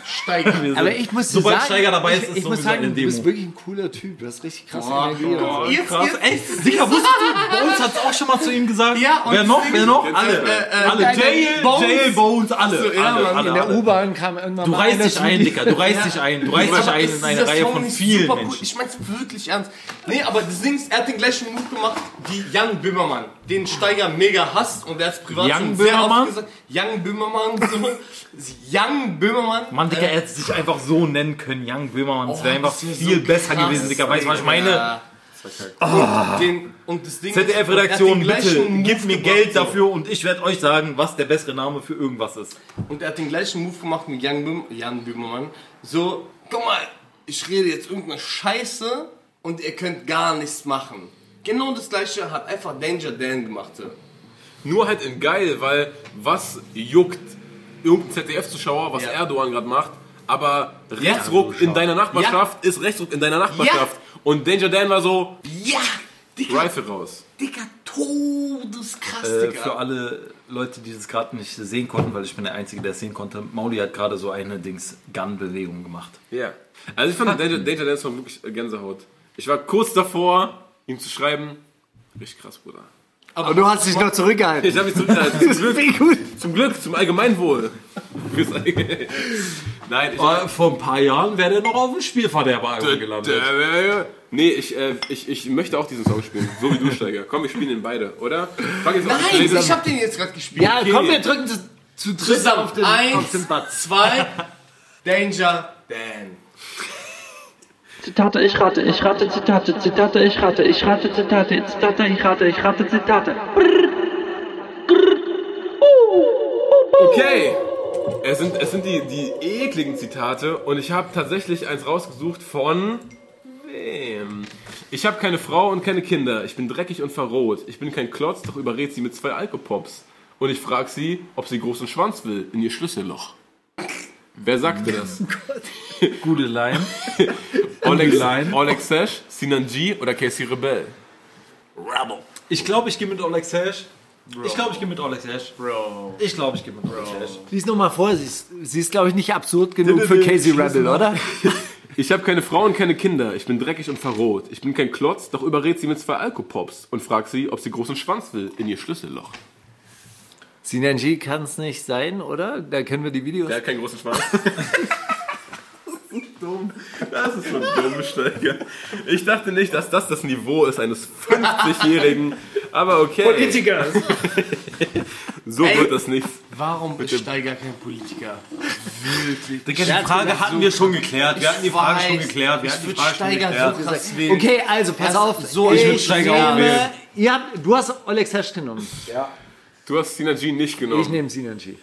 Steiger.
Wir
Aber
sind-
ich muss dir
Sobald
sagen,
Steiger dabei ist,
ich,
ist
ich muss
sowieso
sagen,
eine
du bist
Demo.
wirklich ein cooler Typ. Du hast richtig krasse Energie.
Oh,
Jetzt-
krass.
jetzt-
Ey, Digga, wusstest du, Bones hat's auch schon mal zu ihm gesagt.
Ja, und
wer noch,
deswegen-
wer noch? Alle.
äh,
alle.
deine Bones.
Jail, Bones. Jail, Bones, alle. alle,
ja, Mann,
alle,
In
alle.
der U-Bahn kam irgendwann
Du
mal
reißt
einer
dich
zu
ein,
mir.
Digga. Du reißt dich ein. Du reißt dich
Aber
ein
ist
in eine
dieser
Reihe
Song
von
nicht
vielen
super
Menschen.
Cool? Ich mein's wirklich ernst. Nee, aber das Ding ist, er hat den gleichen Mut gemacht wie Jan Böhmermann, den Steiger mega hasst und der hat's privat
Jan
schon sehr
Böhmermann?
oft gesagt. Jan Böhmermann, (laughs) so. Jan Böhmermann.
Mann, Digga, er hätte sich einfach so nennen können, Young Böhmermann. Das
Äh. Oh,
wäre einfach
das wär so
viel besser
krass,
gewesen, Digga. Weißt du, was ich meine? Ah.
Ja. Den, und das Ding ist,
ZDF-Redaktion,
er hat den
bitte,
gleichen
gib
Move
mir
gemacht,
Geld
so.
dafür und ich werde euch sagen, was der bessere Name für irgendwas ist.
Und er hat den gleichen Move gemacht mit Jan, Böhm, Jan Böhmermann. So, guck mal, ich rede jetzt irgendeine Scheiße und ihr könnt gar nichts machen. Genau das gleiche hat einfach Danger Dan gemacht. so.
Nur halt in geil, weil was juckt irgendein ZDF-Zuschauer, was
Ja.
Erdogan gerade macht, aber Rechtsruck in deiner Nachbarschaft ist Rechtsruck in deiner Nachbarschaft. Und Danger Dan war so,
Ja, Digga,
Rifle raus.
Digga, todeskrass,
Äh,
Digga.
für alle Leute, die das gerade nicht sehen konnten, weil ich bin der Einzige, der es sehen konnte, Mauli hat gerade so eine Dings Gun-Bewegung gemacht.
Ja. Also ich fand Danger, Danger Dan war wirklich Gänsehaut. Ich war kurz davor, ihm zu schreiben, richtig krass, Bruder.
Aber du hast dich noch zurückgehalten. (laughs)
Ich hab mich zum, äh, zum,
Das ist
Glück,
wirklich gut.
zum Glück, zum Allgemeinwohl. Fürs Allgemein- Nein,
Oh,
ich
Äh, Vor ein paar Jahren wäre der noch auf dem Spielverderber gelandet.
Nee, ich, äh, ich, ich möchte auch diesen Song spielen, so wie du, Steiger. Komm, wir spielen ihn beide, oder? Fang jetzt an.
Nein, ich hab den jetzt gerade gespielt.
Ja, komm, wir drücken zu, zu dritt
Zusammen.
auf den,
Eins.
auf den Button.
Zwei, Danger Dan.
Zitate, ich rate, ich rate, Zitate, Zitate, ich rate, ich rate, Zitate, Zitate, ich rate, ich rate, Zitate.
Okay. Es sind, es sind die, die ekligen Zitate und ich habe tatsächlich eins rausgesucht von wem? Ich habe keine Frau und keine Kinder. Ich bin dreckig und verrot. Ich bin kein Klotz, doch überred sie mit zwei Alkopops. Und ich frage sie, ob sie großen Schwanz will in ihr Schlüsselloch. Wer sagte das?
(laughs) Gute Line.
Alex,
Line.
Alex Sash, Sinan G oder Casey Rebell?
Ich glaube, ich gehe mit Alex Hash. Ich glaube, ich gehe mit Alex Hash. Ich glaube, ich gehe mit Alex Hash.
Lies nochmal vor, sie ist, sie ist glaube ich, nicht absurd genug für Casey Rebel, oder?
Ich habe keine Frau und keine Kinder. Ich bin dreckig und verrot. Ich bin kein Klotz, doch überred sie mit zwei Alkopops und frag sie, ob sie großen Schwanz will in ihr Schlüsselloch.
Synergy kann es nicht sein, oder? Da können wir die Videos.
Der hat keinen großen (laughs) Schwanz. Das ist so dumm. Das ist so dumm, Steiger. Ich dachte nicht, dass das das Niveau ist eines 50-Jährigen. Aber okay. Politiker. So wird das nichts.
Warum ist Steiger kein Politiker?
Digga, die Frage hatten wir schon geklärt. Wir hatten die Frage schon
weiß.
geklärt. Wir
Ich
hatten die
würd
Frage schon
Steiger
geklärt.
so krass wählen.
Okay, also pass auf. So,
ich würd Steiger auch wählen.
Ihr habt, du hast Alex Hash genommen.
Du hast Sina G nicht genommen.
Ich nehme Synergy.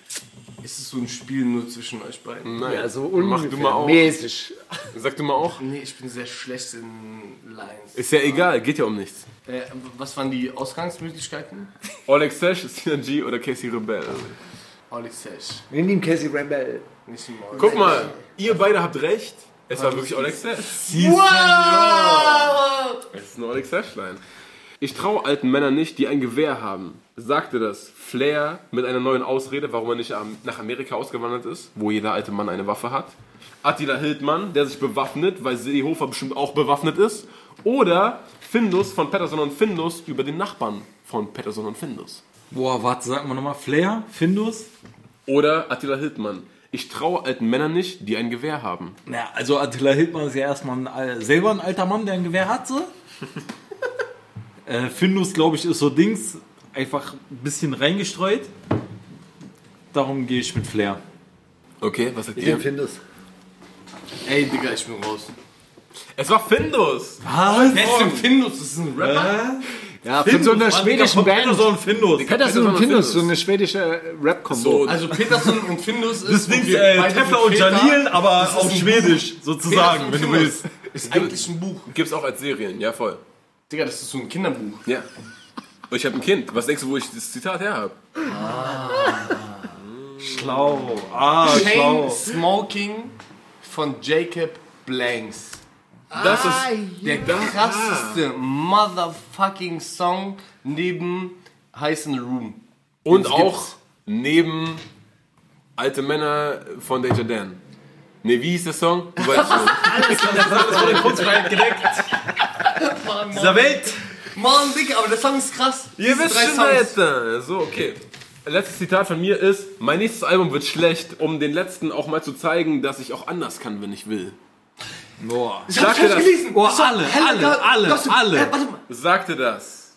Ist es so ein Spiel nur zwischen euch beiden?
Nein.
Ja, so
Mach du mal
ungefähr
auf.
mäßig.
Sag du mal auch.
Nee, ich bin sehr schlecht in Lines.
Ist ja egal, geht ja um nichts.
Äh, was waren die Ausgangsmöglichkeiten?
Alex Sash, Sina G oder Casey Rebell.
Alex Sash,
Wir nehmen Casey Rebel.
nicht Maul.
Guck mal, ihr beide habt recht. Es war wirklich Alex Sash. Es ist ein Alex Sash-Line. Ich traue alten Männern nicht, die ein Gewehr haben. Sagte das Flair mit einer neuen Ausrede, warum er nicht am- nach Amerika ausgewandert ist, wo jeder alte Mann eine Waffe hat. Attila Hildmann, der sich bewaffnet, weil Seehofer bestimmt auch bewaffnet ist. Oder Findus von Patterson und Findus über den Nachbarn von Patterson und Findus.
Boah, warte, sagen wir nochmal. Flair, Findus.
Oder Attila Hildmann. Ich traue alten Männern nicht, die ein Gewehr haben.
Naja, also Attila Hildmann ist ja erstmal ein, al- selber ein alter Mann, der ein Gewehr hat,
(laughs)
so. äh, Findus, glaube ich, ist so Dings. Einfach ein bisschen reingestreut. Darum gehe ich mit Flair.
Okay, was sagt ihr?
Findest.
Ey, Digga, ich bin raus.
Es war Findus!
Wer ist denn Findus? Das ist ein Rapper?
Ja, von so einer schwedischen Band.
So ein Findus.
Patterson und
und
Findus,
Findus.
so eine schwedische äh, Rap-Kombo.
So,
Also Peterson und Findus ist...
Das Ding
und
ist
wir
äh,
beide
Tefla
sind
und
Väter.
Jalil, aber auf
ein
Schwedisch,
Peterson
sozusagen,
und
wenn du
Findus
willst.
Ist eigentlich ein Buch.
gibt's auch als Serien, ja voll.
Digga, das ist so ein Kinderbuch.
Ja. Und ich habe ein Kind. Was denkst du, wo ich das Zitat her habe?
Schlau. Ah,
Chain
schlau.
Smoking von Jacob Blanks.
Das ist.
Der krasseste motherfucking Song neben heißen Room.
Und
das
auch
gibt's.
neben alte Männer von Danger Dan. Nee, wie hieß der Song? Du (laughs) weißt schon.
Dieser Welt.
Mann, Digga, aber der Song ist krass.
Ihr
Diese
wisst
drei
schon
Songs.
wer jetzt. da ist. So, okay. Letztes Zitat von mir ist: Mein nächstes Album wird schlecht, um den letzten auch mal zu zeigen, dass ich auch anders kann, wenn ich will. Boah. Sagte das,
Oh, alle, alle, alle, alle.
sagte das.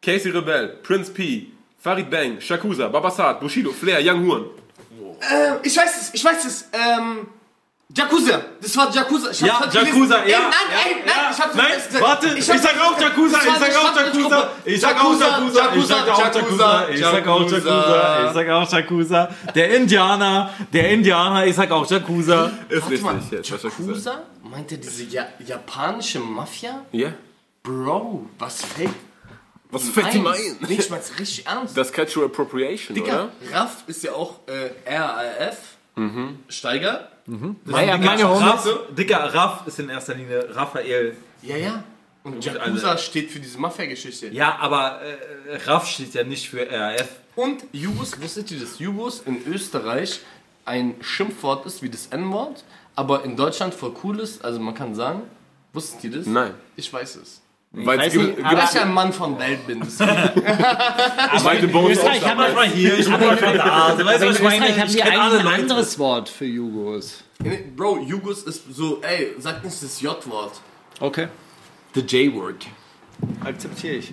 Casey Rebel, Prince P, Farid Bang, Shakusa, Babasat, Bushido, Flair, Young Horn.
Ich weiß es, ich weiß es. Ähm, Jacuzza. Das war Jacuzza. Ich
Ja,
hab's
Jacuzza,
gelesen.
ja,
Ey, nein, ey, nein, ich hab's
Nein,
vergessen.
warte, ich
hab's-
sag auch Jacuzza,
Das war
ich sag
eine
auch Jacuzza,
Schwarzgruppe.
ich sag auch Jacuzza, ich sag auch Jacuzza,
Jacuzza,
ich sag auch Jacuzza, ich sag auch Jacuzza, der Indianer, der Indianer, ich sag auch Jacuzza.
Ist
Warte mal,
richtig. jetzt, was Shakusa.
Yakuza? Meint er diese ja japanische Mafia?
Ja?
Bro, was fällt
Was fällt ihm ein?
Nee, ich mein's richtig ernst.
Das ist Cultural Appropriation,
Digga,
(laughs) oder?
Raff ist ja auch äh, RAF.
Mhm.
Steiger.
Meine, meine
Raff,
Homies.
Dicker Raff ist in erster Linie Raphael.
Ja, ja. Und Yakuza
alle.
steht für diese Mafia-Geschichte.
Ja, aber äh, Raff steht ja nicht für RAF.
Und Jubus, wusstet ihr, dass Jubus in Österreich ein Schimpfwort ist wie das N-Wort, aber in Deutschland voll cool ist? Also man kann sagen, wusstet ihr das?
Nein.
Ich weiß es.
Weil es gibt,
Weil ich ein Mann von Welt bin. Das
Weil du bei uns
Ich hab manchmal hier, ich hab manchmal da. Du weißt, was ich meine?
Ich habe
Ich
hier
kenne
ein
alle Leute.
anderes Wort für Jugos.
(laughs) Bro, Jugos ist so, ey, sag nicht das J-Wort.
Okay.
The J-Word.
Akzeptiere ich.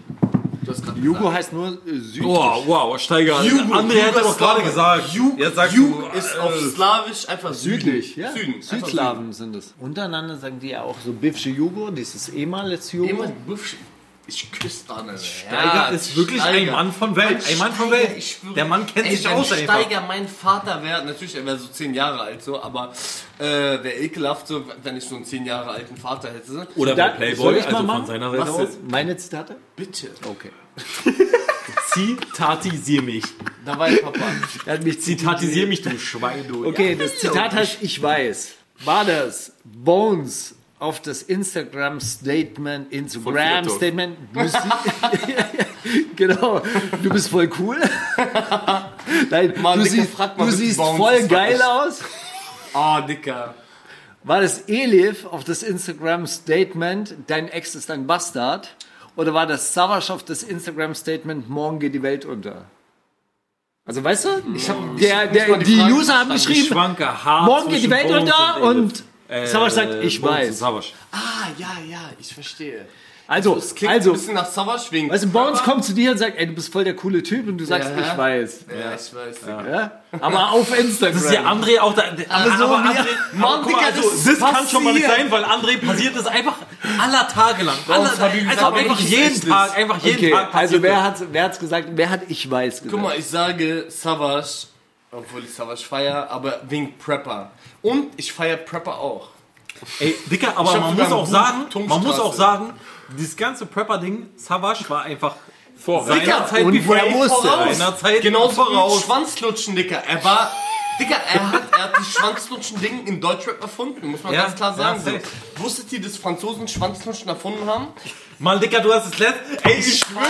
Du hast gerade
Jugo heißt nur äh, Süd.
Wow, wow, Steiger.
Jugo,
André
Jugo
hätte
ist
doch gerade
Slave.
gesagt.
Jug,
Jetzt sagst
Jug
du,
ist
äh,
auf Slawisch einfach
Südlich, ja.
Süden. Einfach
Südslawen sind es. Untereinander sagen die ja auch so Bifsche Jugo, dieses ehemals Jugo.
Jemand, ich küsse da nicht.
Steiger ist wirklich ein Mann von Welt. Ein Mann von Welt.
Ich schwöre.
Der Mann kennt
Ey,
sich
wenn
aus. einfach.
Steiger mein Vater wäre, natürlich, er wäre so zehn Jahre alt, so, aber äh, wäre ekelhaft, so, wenn ich so einen zehn Jahre alten Vater hätte.
Oder
Da-
der
soll
Playboy,
ich mal
also von
machen?
seiner Seite
Machst
aus.
du meine Zitate?
Bitte.
Okay.
Zitatisier mich.
Da war ich
(laughs)
Papa.
Er hat mich
Zitatisier mich, du Schwein, du.
Okay, das Zitat heißt, ich weiß. War das Bones auf das Instagram-Statement, Instagram-Statement? Musi- (laughs) genau, du bist voll
(laughs)
cool. Nein,
Mann,
du
Dicker,
siehst,
frag mal
du
mit
siehst
Bones,
voll
das war
geil
echt-
aus.
Oh, Dicker.
War das Elif auf das Instagram-Statement, dein Ex ist ein Bastard? Oder war das Savasch auf das Instagram-Statement, morgen geht die Welt unter? Also weißt du, ich
nicht
hab, der,
Hm. mal
der,
die
die
Frage
User haben
Ich
geschrieben,
schwanke hart.
Morgen geht die
zwischen
Welt
Bones
unter und,
Äh,
Elif.
Savas sagt, ich
Bones
weiß.
und Savas.
Ah, ja, ja, ich verstehe.
Also,
Das klingt
also,
ein bisschen nach Savage wegen.
weißt du, Bones kommt zu dir und sagt, ey, du bist voll der coole Typ und du sagst,
Ja.
ich weiß.
Ja, ich weiß. Digga.
Ja? Aber auf Instagram.
Das ist ja André auch da. Aber,
so
aber
wie-
André,
Mann,
aber guck mal,
Digga,
also,
das
das kann schon mal nicht
passiert.
sein, weil André passiert das einfach aller Tage lang. Aller,
hab ich gesagt,
also
aber
einfach
nicht
jeden
echtes.
Tag, einfach jeden
Okay,
Tag
also
passiert
wer
das.
hat, wer hat's gesagt? Wer hat ich weiß gesagt?
Guck mal, ich sage Savage, obwohl ich Savage feier, aber wegen Prepper. Und ich feier Prepper auch.
Ey, Dicker, aber
hab
man
sogar
muss
ein
auch
Buch,
sagen, man
Turmstraße.
muss auch sagen, dieses ganze Prepper-Ding, Savage war einfach vor
Dicker,
seiner Zeit
und
before
wer wusste
voraus. Seiner Zeit
Genauso wie
voraus.
Schwanzlutschen, Dicker. Er war. Dicker, er hat, er hat die Schwanzlutschen-Ding in Deutschrap erfunden, muss man
Ja,
ganz klar
ja,
sagen.
safe.
so. Wusstet ihr, dass Franzosen Schwanzlutschen erfunden haben?
Mann, Dicker, du hast es letzte. Ey, ich schwöre,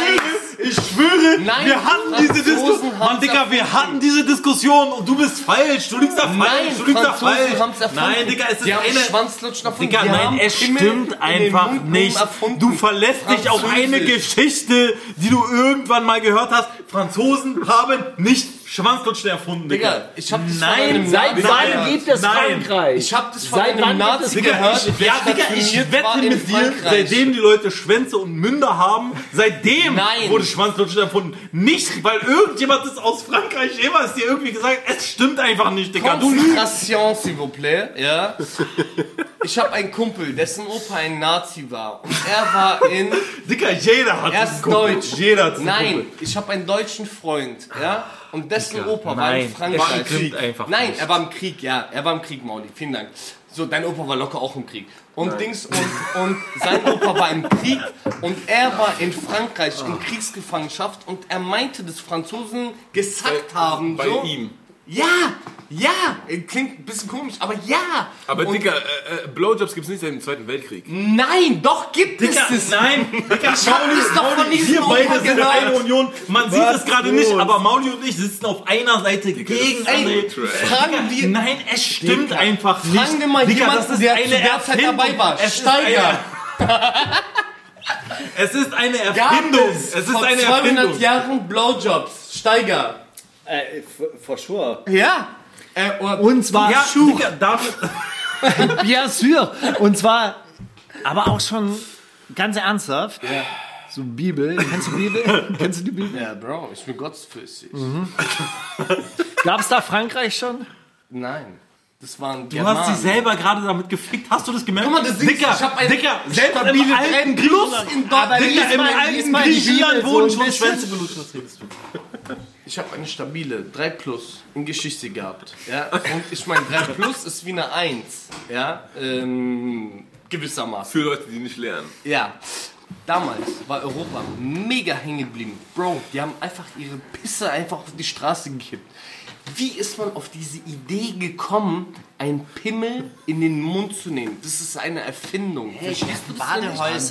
ich schwöre,
Nein,
wir hatten
Franzosen
diese Diskussion.
haben's
Mann, Dicker, wir hatten diese Diskussion und du bist falsch. Du liegst da falsch. du liegst da falsch.
haben's erfunden.
Nein, Dicker, es ist
die haben
eine.
Schwanzlutschen erfunden.
Digga,
die haben
nein, es
Pimmel in
stimmt
den
einfach
Mundblumen
nicht.
erfunden.
Du verlässt dich auf eine
Französisch.
Geschichte, die du irgendwann mal gehört hast. Franzosen haben nicht Schwanzlutschen erfunden, Digga.
Digga, ich hab das
Nein,
von einem
Seit
Nazi
Nein,
wann
gehört.
geht das
nein.
Frankreich?
Ich hab das von
Seit
einem
wann geht das-
Nazi gehört.
Ich, ja,
der
Digga, ich
stationiert war
wette
in
mit dir,
Frankreich.
seitdem die Leute Schwänze und Münder haben, seitdem
Nein.
wurde Schwanzlutschen erfunden. Nicht, weil irgendjemand ist aus Frankreich immer ist dir irgendwie gesagt, es stimmt einfach nicht, Digga. Du lügst.
Konzentration, s'il vous plaît. Ja. Ich habe einen Kumpel, dessen Opa ein Nazi war. Und er war in.
Digga, jeder hat
Er
einen
ist
Kumpel.
deutsch.
Jeder hat einen
Nein, ich habe einen deutschen Freund. Ja. Und dessen Opa war
nein,
in Frankreich.
es stimmt einfach
nein,
nicht.
er war im Krieg, ja. Er war im Krieg, Mauli. Vielen Dank. So, dein Opa war locker auch im Krieg. Und Dings und, und sein Opa war im Krieg und er war in Frankreich in Kriegsgefangenschaft und er meinte, dass Franzosen gesackt haben.
Bei
so.
ihm.
Ja! Ja! Klingt ein bisschen komisch, aber ja!
Aber Digga, äh, äh, Blowjobs gibt's nicht seit dem Zweiten Weltkrieg.
Nein, doch gibt
Dicker,
es das!
(laughs) nein, Dicker,
Ich hab das doch von diesem
wir beide
Opfer
sind
gehört.
eine Union. Man sieht es gerade nicht, aber Mauli und ich sitzen auf einer Seite gegen
Ey,
André. (laughs)
fragen wir,
Nein, es stimmt einfach nicht.
fragen wir mal
Dicker, das
jemanden,
ist
der
eine
zu der Zeit
Erfindung.
dabei war.
Es ist
Steiger!
(laughs) Es ist eine
Gab
Erfindung.
es,
Es ist
vor
eine
200
Erfindung.
Jahren Blowjobs. Steiger.
Äh, for, for sure.
Ja. Äh, oder
Und zwar,
Ja, Dicker, damit,
ja, sûr. Und zwar, aber auch schon ganz ernsthaft. So Bibel. Kennst du
(laughs)
Bibel? Kennst du die Bibel?
ja, Bro, ich bin gottesfürchtig.
Gab es da Frankreich schon?
Nein. Das waren
du hast dich selber gerade damit gefickt. Hast du das gemerkt?
Guck mal, das Ding ist,
Dicker,
ich hab ein
Dicker, selbst im
stabiles
alten
Rennen.
Griechenland.
Plus in Dortmund.
Dicker, im alten Griechenland wurden schon Schwänze gelutscht. das hilft.
Ich habe eine stabile 3 Plus in Geschichte gehabt. Ja? Und ich meine, 3 Plus ist wie eine 1. Ja? Ähm, gewissermaßen.
Für Leute, die nicht lernen.
Ja. Damals war Europa mega hängen geblieben. Bro, die haben einfach ihre Pisse einfach auf die Straße gekippt. Wie ist man auf diese Idee gekommen, einen Pimmel in den Mund zu nehmen? Das ist eine Erfindung. Verstehst du das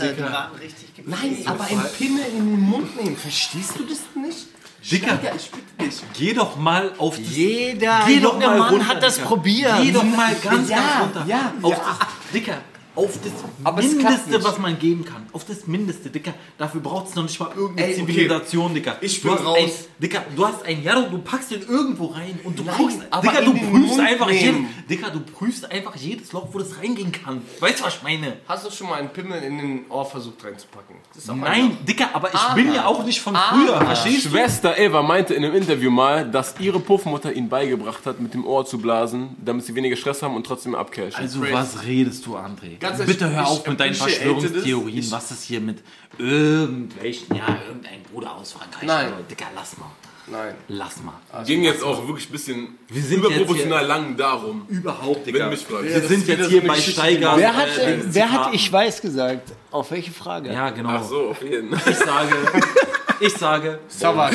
denn nicht?
die waren richtig
Nein, aber einen Pimmel in den Mund nehmen. Verstehst du das nicht?
Dicker,
Digga, ich bitte dich.
geh doch mal auf das
Ah,
Jeder,
Geh doch
jeder
mal
Mann
runter,
hat das
Digga.
probiert.
Geh doch mal ganz, ganz
Ja,
runter.
ja,
auf
ja.
Das, Dicker, auf das
Aber es klappt
Mindeste,
nicht.
was man geben kann. Auf das Mindeste, Dicker. Dafür braucht es noch nicht mal irgendeine
Ey, okay.
Zivilisation, Dicker.
Ich
du
bin
hast
raus.
Ein, Dicker, du hast ein Jaro, du packst den irgendwo rein und du
Nein,
guckst.
aber
Dicker,
in
du
den
prüfst
Mund
einfach jeden,
nehmen.
Dicker, du prüfst einfach jedes Loch, wo das reingehen kann. Weißt du, was ich meine?
Hast du schon mal einen Pimmel in den Ohr versucht reinzupacken? Das ist auch
Nein, Dicker, aber
Ah.
ich bin ja auch nicht von früher, verstehst du?
Schwester Eva meinte in einem Interview mal, dass ihre Puffmutter ihnen beigebracht hat, mit dem Ohr zu blasen, damit sie weniger Stress haben und trotzdem abcashen.
Also was redest du, André?
Ganz ehrlich,
Bitte hör
ich
auf mit deinen
appreciate
Verschwörungstheorien,
das. Ich-
was das hier mit irgendwelchen, ja, irgendein Bruder aus Frankreich.
Nein.
oder, Dicker, lass mal.
Nein.
Lass mal.
Ging jetzt auch wirklich ein bisschen
Also, Wir sind
überproportional lang darum,
Überhaupt,
wenn du mich fragst.
Wir sind jetzt hier bei Steiger.
Wer hat,
äh,
wer hat
Zitaten.
ich weiß gesagt? Auf welche Frage?
Ja, genau.
Ach so, auf jeden
Ich sage, ich sage,
Savas.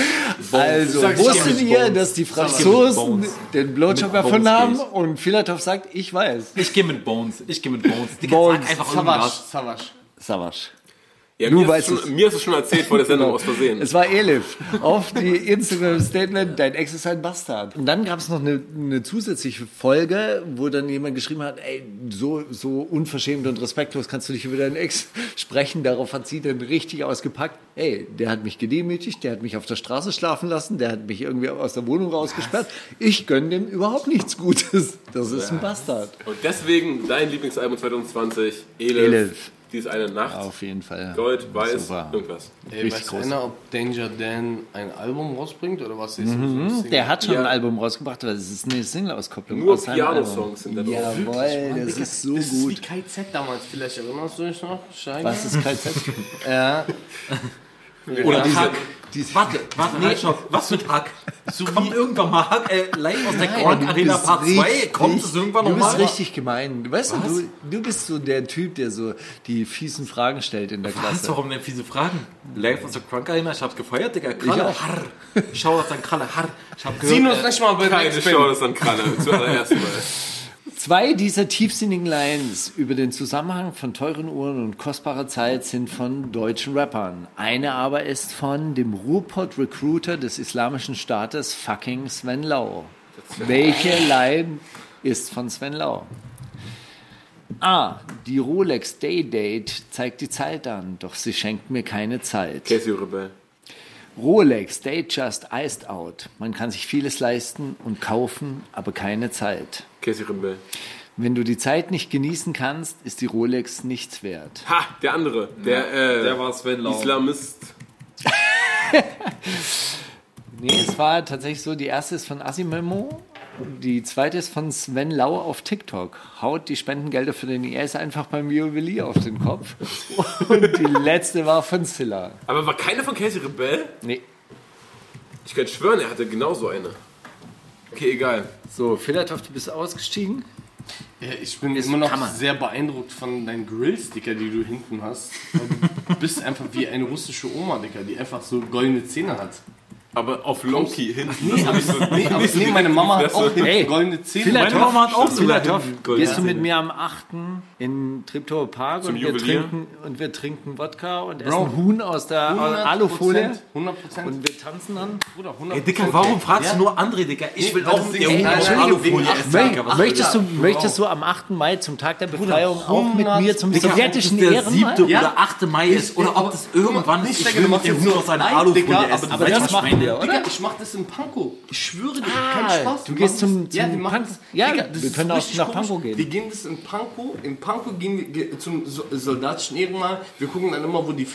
Also, wusstet ihr, dass die Franzosen
Bones.
den Blowjob
Mit Bones
erfunden haben?
geht's.
Und Filatov sagt, ich weiß.
ich gehe mit Bones. Ich gehe mit Bones. Dicker,
Bones.
sag einfach irgendwas.
Savas. Savas.
Savasch.
Ja,
Nur
mir,
weiß
hast du
es.
schon, mir hast du schon erzählt vor der Sendung aus Versehen.
Es war Elif. Auf die Instagram-Statement, dein Ex ist ein Bastard. Und dann gab es noch eine, eine zusätzliche Folge, wo dann jemand geschrieben hat, ey, so, so unverschämt und respektlos kannst du nicht über deinen Ex sprechen. Darauf hat sie dann richtig ausgepackt. Ey, der hat mich gedemütigt, der hat mich auf der Straße schlafen lassen, der hat mich irgendwie aus der Wohnung rausgesperrt. Ich gönne dem überhaupt nichts Gutes. Das ist ein Bastard.
Und deswegen dein Lieblingsalbum 2020, Elif,
Elif.
die ist eine Nacht,
Auf jeden Fall.
Gold, Weiß,
Super.
irgendwas.
Ey,
Richtig
weiß
groß.
einer, ob Danger Dan ein Album rausbringt oder was ist so
Der hat schon ein Album rausgebracht, aber es ist eine Single-Auskopplung.
Nur
aus seinem Album.
Piano-Songs sind da drauf.
Jawohl, das ist so
Das ist wie
gut.
KZ damals, vielleicht erinnerst du dich noch? Scheiße.
Was ist (laughs) KZ?
Ja.
Oder Hack.
diese-
Warte, warte, nee. halt schon. Was mit Hack? So kommt irgendwann mal Hack, äh, live aus der Grand Arena Part 2. Kommt es irgendwann
Du
nochmal?
bist richtig gemein. Du Weißt du, du, du bist so der Typ, der so die fiesen Fragen stellt in der
Was?
Klasse.
Warum denn fiese Fragen? Live aus der Crunk Arena, ich hab's gefeiert, Digga. Kralle,
auch.
harr. Schau das an Kralle, harr. Ich hab
Sieh uns
gehört, äh,
nicht mal bei
Keine
Backspin.
Chance an Kralle, (laughs) zuallererst mal.
Zwei dieser tiefsinnigen Lines über den Zusammenhang von teuren Uhren und kostbarer Zeit sind von deutschen Rappern. Eine aber ist von dem Ruhrpott-Recruiter des Islamischen Staates, fucking Sven Lau. Welche Line ist von Sven Lau? A. Die Rolex Day-Date zeigt die Zeit an, doch sie schenkt mir keine Zeit.
Casey Rebell.
Rolex, they just iced out. Man kann sich vieles leisten und kaufen, aber keine Zeit.
Casey Rebell.
Wenn du die Zeit nicht genießen kannst, ist die Rolex nichts wert.
Ha, der andere. Der, äh,
Der war Sven Lau.
Islamist.
Nee, es war tatsächlich so, die erste ist von Assimemo, die zweite ist von Sven Lau auf TikTok. Haut die Spendengelder für den IS einfach beim Juwelier auf den Kopf. Und die letzte war von Silla.
Aber war keiner von Casey Rebell?
Nee.
Ich kann schwören, er hatte genauso eine. Okay, egal.
So, Filatov, du bist ausgestiegen.
Ja, ich bin immer noch sehr beeindruckt von deinen Grills, Dicker, die du hinten
(laughs)
hast. Du bist einfach wie eine russische Oma, Dicker, die einfach so goldene Zähne hat.
aber auf Loki hin.
Nee, aber, nee, aber, nee, meine Mama hat auch eine goldene Zähne.
Filatov,
Mama hat auch sogar
Filatov,
den goldenen
gehst du mit mir am 8. in Treptower Park und wir,
Juwelier?
trinken, und wir trinken Wodka und
Bro,
essen Huhn aus der Alufolie
100 Prozent.
und wir tanzen dann?
Bruder, 100
Ey, Dicker, warum fragst du nur André, Dicker? Ich will auch mit dir
Ey,
Huhn aus
Entschuldigung, wegen
Alufolie essen,
Mö-
Dicker. Was
möchtest, du,
Bruder,
möchtest du am 8. Mai zum Tag der Befreiung auch mit
100
mir zum
Dicker, ob
sowjetischen
das der
Ehrenmal?
7.
Ja.
oder 8. Mai ist oder ob das irgendwann ist. Ich
Digga,
will
du
mit
machst
dir
jetzt
Huhn
nur
aus einer
ein, Digga,
Alufolie
aber-
essen.
aber
Weißt du,
das
was ich meine?
Digga, ich mach das in Pankow. Ich schwöre dir,
Ah,
kein Spaß.
du
wir
gehst
machen
zum-
das- ja,
zum
wir machen
Pank-
das.
Ja,
Digga, das
wir
ist
können auch
richtig
nach
komisch.
Pankow gehen.
Wir gehen das in Pankow. In Pankow gehen wir ge- zum so soldatischen Ehrenmal. Wir gucken dann immer, wo die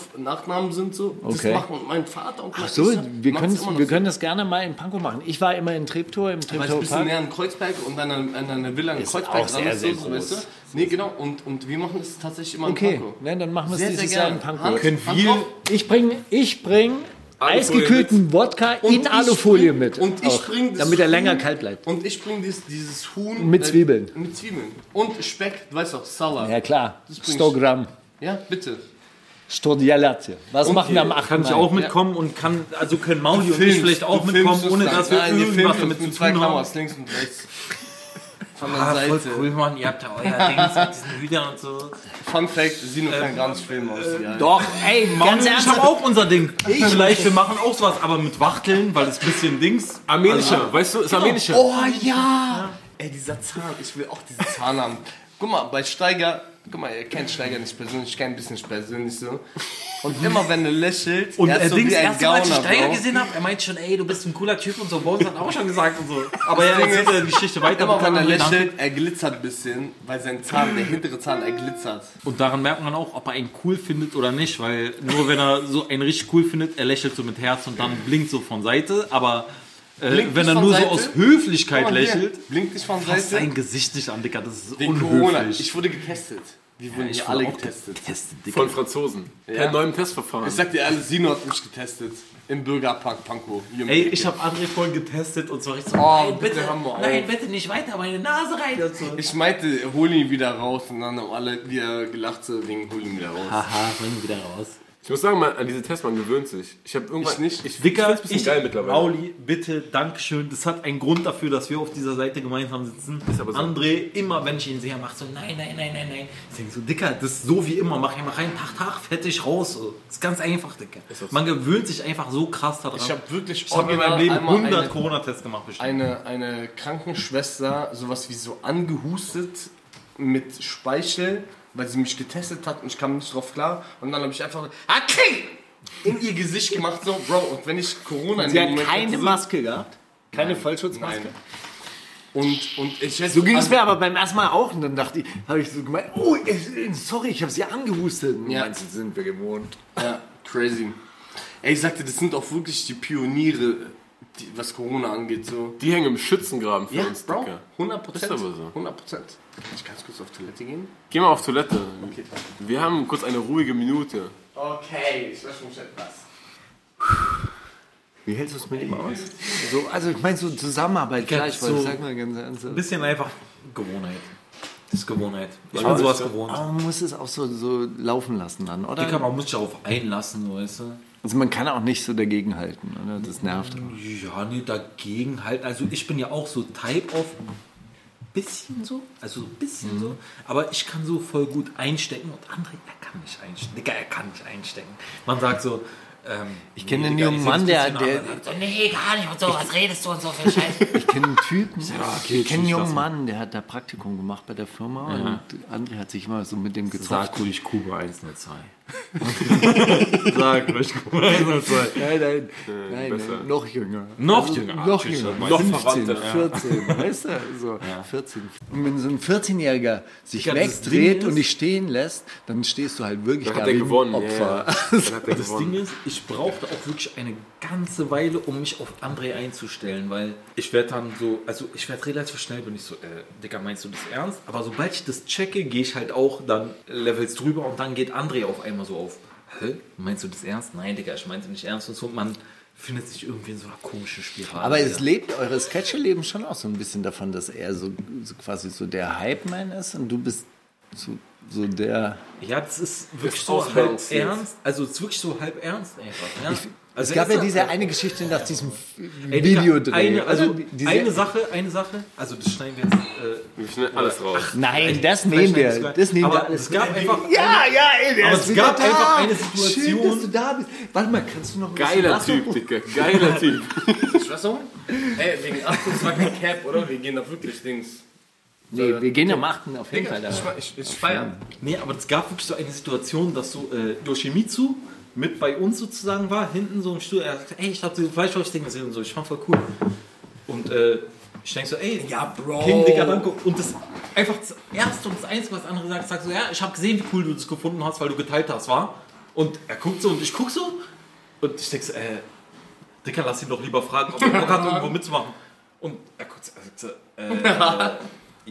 Filatov-Nachnamen sind. So. Das
Okay.
macht mein Vater und mein
So,
Schwester.
wir,
Macht's
können's-
immer noch
wir
so.
können das gerne mal in Pankow machen. Ich war immer in Treptow, im
Weil es ein
Treptower
bisschen
Park.
näher an Kreuzberg und dann an, an einer Villa in Kreuzberg
auch sehr, sehr groß.
weißt du? Nee, genau. Und, und wir machen das tatsächlich immer in
Okay,
Pankow.
ne, dann machen wir es
Sehr, sehr
dieses Jahr
gerne.
in Pankow.
Hand, Hand drauf.
Ich bringe ich bring
Alufolie
eisgekühlten Wodka in
ich
Alufolie
bring-
mit.
und ich
auch,
bring das
damit er
Huhn-
länger kalt bleibt.
Und ich bringe dieses, dieses Huhn. äh,
Mit Zwiebeln.
mit Zwiebeln. Und Speck, du weißt doch, Salat.
Ja
Ja,
klar,
Das bring ich.
100 Gramm.
bitte.
Stordialazzi. Was machen wir am 8.
Kann ich
Mai?
auch mitkommen und kann, also können Mauli und ich vielleicht auch
Du
mitkommen,
filmst es
ohne
dann.
dass wir
Nein,
irgendwas
filmen
damit
es
zu
mit zwei
tun haben.
Kameras, links und rechts. Von der
Ah, voll
Seite.
cool, Mann, ihr habt ja
(laughs)
euer Dings mit diesen Hühnern und so.
Fun Fact: Sino kann gar nicht filmen aus äh,
Äh, Doch, ey, Mauli,
ganz
ich
ernsthaft.
hab auch unser Ding. Vielleicht, wir machen auch sowas, aber mit Wachteln, weil das ein bisschen Dings.
Armenischer, weißt du, ist armenischer.
Oh ja! Ey, dieser Zahn, ich will auch diesen Zahn haben. Guck mal, bei Steiger, guck mal, ihr kennt Steiger nicht persönlich, ich kenn ein bisschen persönlich so. Und immer wenn er lächelt,
Und
er
er
ist so
Dings,
wie ein
erst als ich
Gauner,
Steiger
Bro.
gesehen hab, er meint schon, ey, du bist ein cooler Typ und so. Bones hat auch schon gesagt und so. Aber er (laughs)
Das Ding
erzählt ja die Geschichte weiter.
Immer wenn er
man kann
lächelt, er glitzert ein bisschen, weil sein Zahn, der hintere Zahn, er glitzert.
Und daran merkt man auch, ob er einen cool findet oder nicht, weil nur wenn er so einen richtig cool findet, er lächelt so mit Herz und dann blinkt so von Seite, aber äh,
Blinkt
wenn er
nicht
nur
von
so
Seite?
aus Höflichkeit
Guck mal hier,
lächelt,
Blinkt dich von
passt
Seite.
sein Gesicht nicht an, Dicker, das ist
Wegen Corona.
unhöflich.
Ich wurde getestet. Wir wurden ja, alle getestet.
Getestet, Dicker.
Von Franzosen. Per neuem Testverfahren.
Ich sag dir ehrlich, Sino hat mich getestet. Im Bürgerpark Pankow. Hier mit
Ey,
Ecke.
ich habe André voll getestet und zwar richtig so,
Oh,
nein,
bitte
bitte,
hör mal auf.
nein, bitte nicht weiter meine Nase rein und so.
Ich meinte, hol ihn wieder raus und dann haben alle wieder gelacht, so wegen hol ihn wieder raus.
Aha, Ah, bring wieder raus.
Ich muss sagen, man, an diese Tests, man gewöhnt sich. Ich habe irgendwann.
Ich nicht. Ich
Dicker,
bisschen
ich,
geil mittlerweile.
Mauli, bitte, Dankeschön. Das hat einen Grund dafür, dass wir auf dieser Seite gemeinsam sitzen.
aber so.
André, immer wenn ich ihn sehe, macht so, nein, nein, nein, nein, nein. Ich denke so, Dicker, das ist so wie immer, mach einmal rein, tach, tach, fertig, raus. So. Das ist ganz einfach, Dicker. Man gewöhnt sich einfach so krass daran.
Ich hab wirklich
ich hab in meinem
original
Leben
einmal
100
eine-
Corona-Tests gemacht bestimmt.
eine, eine Krankenschwester sowas wie so angehustet mit Speichel, weil sie mich getestet hat und ich kam nicht drauf klar. Und dann habe ich einfach Aki! in ihr Gesicht gemacht, so, Bro, und wenn ich Corona in
Sie
dem
hat
Moment
keine
hatte, so-
Maske gehabt. Keine Vollschutzmaske.
Nein. Und, und ich also
So ging es mir aber beim ersten Mal auch. Und dann dachte ich, habe ich so gemeint, oh, äh, sorry, ich habe sie angehustet.
Ja.
Meinst du, sind wir gewohnt?
Ja, crazy. Ey, ich sagte, das sind auch wirklich die Pioniere, die, was Corona angeht, so.
Die hängen im Schützengraben für uns, Dicker.
100 Prozent.
Ist aber so.
100 Prozent. Ich kann kurz auf Toilette gehen.
Geh mal auf Toilette. Wir haben kurz eine ruhige Minute.
Okay, ich lösche mich etwas.
Wie hältst du es mit ihm aus? So, also ich meine so Zusammenarbeit gleich, weil
so-
ich sag mal ganz
Ein
ernsthaft.
bisschen einfach Gewohnheit. Das ist Gewohnheit. Ich bin sowas gewohnt.
Aber man muss es auch so, so laufen lassen dann, oder?
Dicker, man muss sich darauf einlassen, weißt du?
Also man kann auch nicht so dagegen halten, oder? Das nervt.
Ja, nee, dagegen halt. Also ich bin ja auch so Type of bisschen so, also so ein bisschen so, aber ich kann so voll gut einstecken und André, er kann nicht einstecken. Digga, er kann nicht einstecken. Man sagt so, ähm,
Ich kenne einen jungen Mann, der, der
So, nee, gar nicht und so, was redest du und so für Scheiße?
ich kenne einen Typen, ich kenne einen jungen Mann, der hat da Praktikum gemacht bei der Firma und André hat sich immer so mit dem gezockt.
ruhig Kuba 102. Sag ruhig Kuba 102.
Nein,
Äh,
nein, nein, nein, noch jünger.
Noch jünger. Ah,
Noch jünger,
Noch
15,
verwandter.
14, weißt du? So, 14. Und wenn so ein 14-Jähriger sich
Digga, das Ding
wegdreht und
ist-
dich stehen lässt, dann stehst du halt wirklich
Dann
da
hat er
wie ein
gewonnen.
Opfer.
Ja, ja. Dann hat er
Das Ding
gewonnen.
ist, ich brauchte auch wirklich eine ganze Weile, um mich auf André einzustellen, weil ich werde dann so, also ich werde relativ schnell, bin ich so, äh, Digga, meinst du das ernst? Aber sobald ich das checke, gehe ich halt auch dann Levels drüber und dann geht André auf einmal so auf, hä, meinst du das ernst? Nein, Digga, ich meinte nicht ernst und so. Man findet sich irgendwie in so einer komischen Spirale.
Aber es
Ja.
lebt, eure Sketche leben schon auch so ein bisschen davon, dass er so, so quasi so der Hype-Man ist und du bist so so der.
Ja, das ist wirklich
Ist
so halb
ausbalanciert.
ernst. Also, es ist wirklich so halb ernst einfach. Ja? Also
Es gab
er
ja
ist-
diese eine Geschichte nach diesem
Ey, Digga,
Videodreh.
Eine, also,
oder? Diese-
eine Sache, eine Sache. Also, das schneiden wir jetzt. Äh,
Wir schneiden alles raus.
Nein, das nehmen wir. Das nehmen
aber
wir alles.
Es gab einfach.
ja, ja, ey, der
Aber
ist
es
wieder
gab
da.
einfach eine Situation-
Schön, dass du da bist. Warte mal, kannst du noch ein
Geiler
bisschen Wasser-
Typ, Digga.
(laughs)
Geiler Typ.
Was
um?
so? Ey, wegen 18 war kein Cap, oder? Wir gehen da wirklich Dings.
Nee, wir gehen am 8. auf jeden Fall da.
Ich, ich feiern.
Nee, aber es gab wirklich so eine Situation, dass so äh, Yoshimitsu mit bei uns sozusagen war, hinten so im Stuhl. Er sagt, ey, ich hab diesen Fleischwolf-Ding gesehen und so, ich fand voll cool. Und äh, ich denk so, ey, ja, Bro. King, Digga, danke. Und das einfach das Erste und das Einzige, was andere sagt, sagt so, ja, ich hab gesehen, wie cool du das gefunden hast, weil du geteilt hast, war. Und er guckt so und ich guck so und ich denk so, äh, Dicker, lass ihn doch lieber fragen, ob er Bock hat, irgendwo mitzumachen. Und er guckt so, er sagt so, äh, (laughs)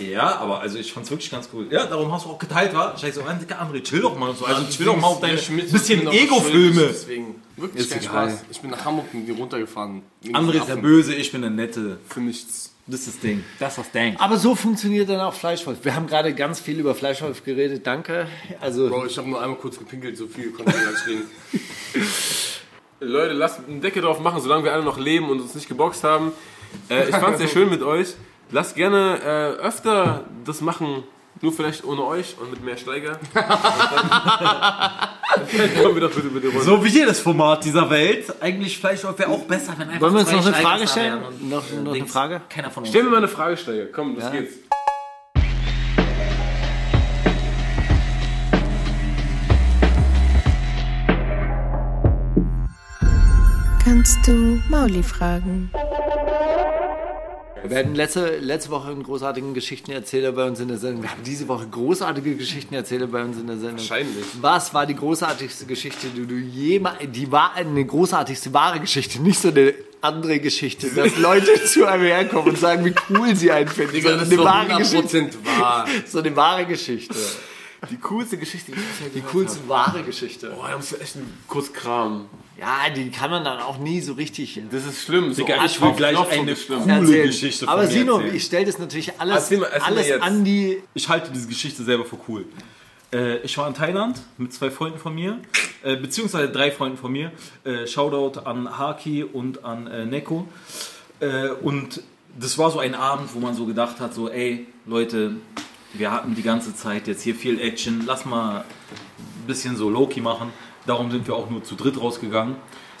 Ja, aber also ich fand's wirklich ganz cool. Ja, darum hast du auch geteilt, war. Ich sag so, Mann, Dicker André, chill doch mal und so. Also chill doch mal auf deine bisschen Ego-Filme.
Deswegen, wirklich kein Spaß. Ich bin nach Hamburg mit dir runtergefahren. Wegen
André
dem
ist der
Affen.
Böse, ich bin der Nette.
Für nichts.
Das ist das Ding. Das ist das Ding.
Aber so funktioniert dann auch Fleischwolf. Wir haben gerade ganz viel über Fleischwolf geredet, danke. Also,
Oh,
Bro, ich habe nur einmal kurz gepinkelt, so viel konnte ich gar nicht reden.
(laughs) Leute, lasst einen Decke drauf machen, solange wir alle noch leben und uns nicht geboxt haben. Äh, ich fand's sehr schön mit euch. Lasst gerne äh, öfter das machen. Nur vielleicht ohne euch und mit
(laughs)
mehr Steiger. Dann kommen wir doch bitte bitte runter.
So wie jedes Format dieser Welt. Eigentlich vielleicht wäre auch besser, wenn einfach
wollen wir uns
zwei
noch eine
Schleifers
Frage
da
stellen?
wären und
Noch, noch eine
Dings.
Frage?
Keiner von uns.
Stell mir mal eine Frage, Steiger. Komm, los geht's.
Kannst du Mauli fragen?
Wir hatten letzte, letzte Woche einen großartigen Geschichtenerzähler bei uns in der Sendung. Wir haben diese Woche großartige Geschichtenerzähler bei uns in der Sendung.
Wahrscheinlich.
Was war die großartigste Geschichte, die du jemals. Die war eine großartigste wahre Geschichte, nicht so eine andere Geschichte, dass Leute (laughs) zu einem herkommen und sagen, wie cool sie einen finden.
Digga, das
sondern
ist
eine
doch
wahre Geschichte.
100% wahr.
So eine wahre Geschichte.
Die coolste Geschichte, die ich bisher
Die
gehört
coolste wahre Geschichte.
Boah, da musst du echt kurz kramen.
Ja, die kann man dann auch nie so richtig.
Das ist schlimm. So
Digga, ich
auf
will
den
gleich
Knopf
eine
gestimmt.
coole
erzählen.
Geschichte von
Aber
mir
Sino,
erzählen.
ich stelle das natürlich alles,
Erzähl mal- erzähl mal
alles
jetzt.
an die.
ich halte diese Geschichte selber für cool. Äh, ich war in Thailand mit zwei Freunden von mir, äh, beziehungsweise drei Freunden von mir. Äh, Shoutout an Haki und an äh, Neko. Äh, und das war so ein Abend, wo man so gedacht hat, so, ey, Leute, wir hatten die ganze Zeit jetzt hier viel Action, lass mal ein bisschen so Loki machen. Darum sind wir auch nur zu dritt rausgegangen,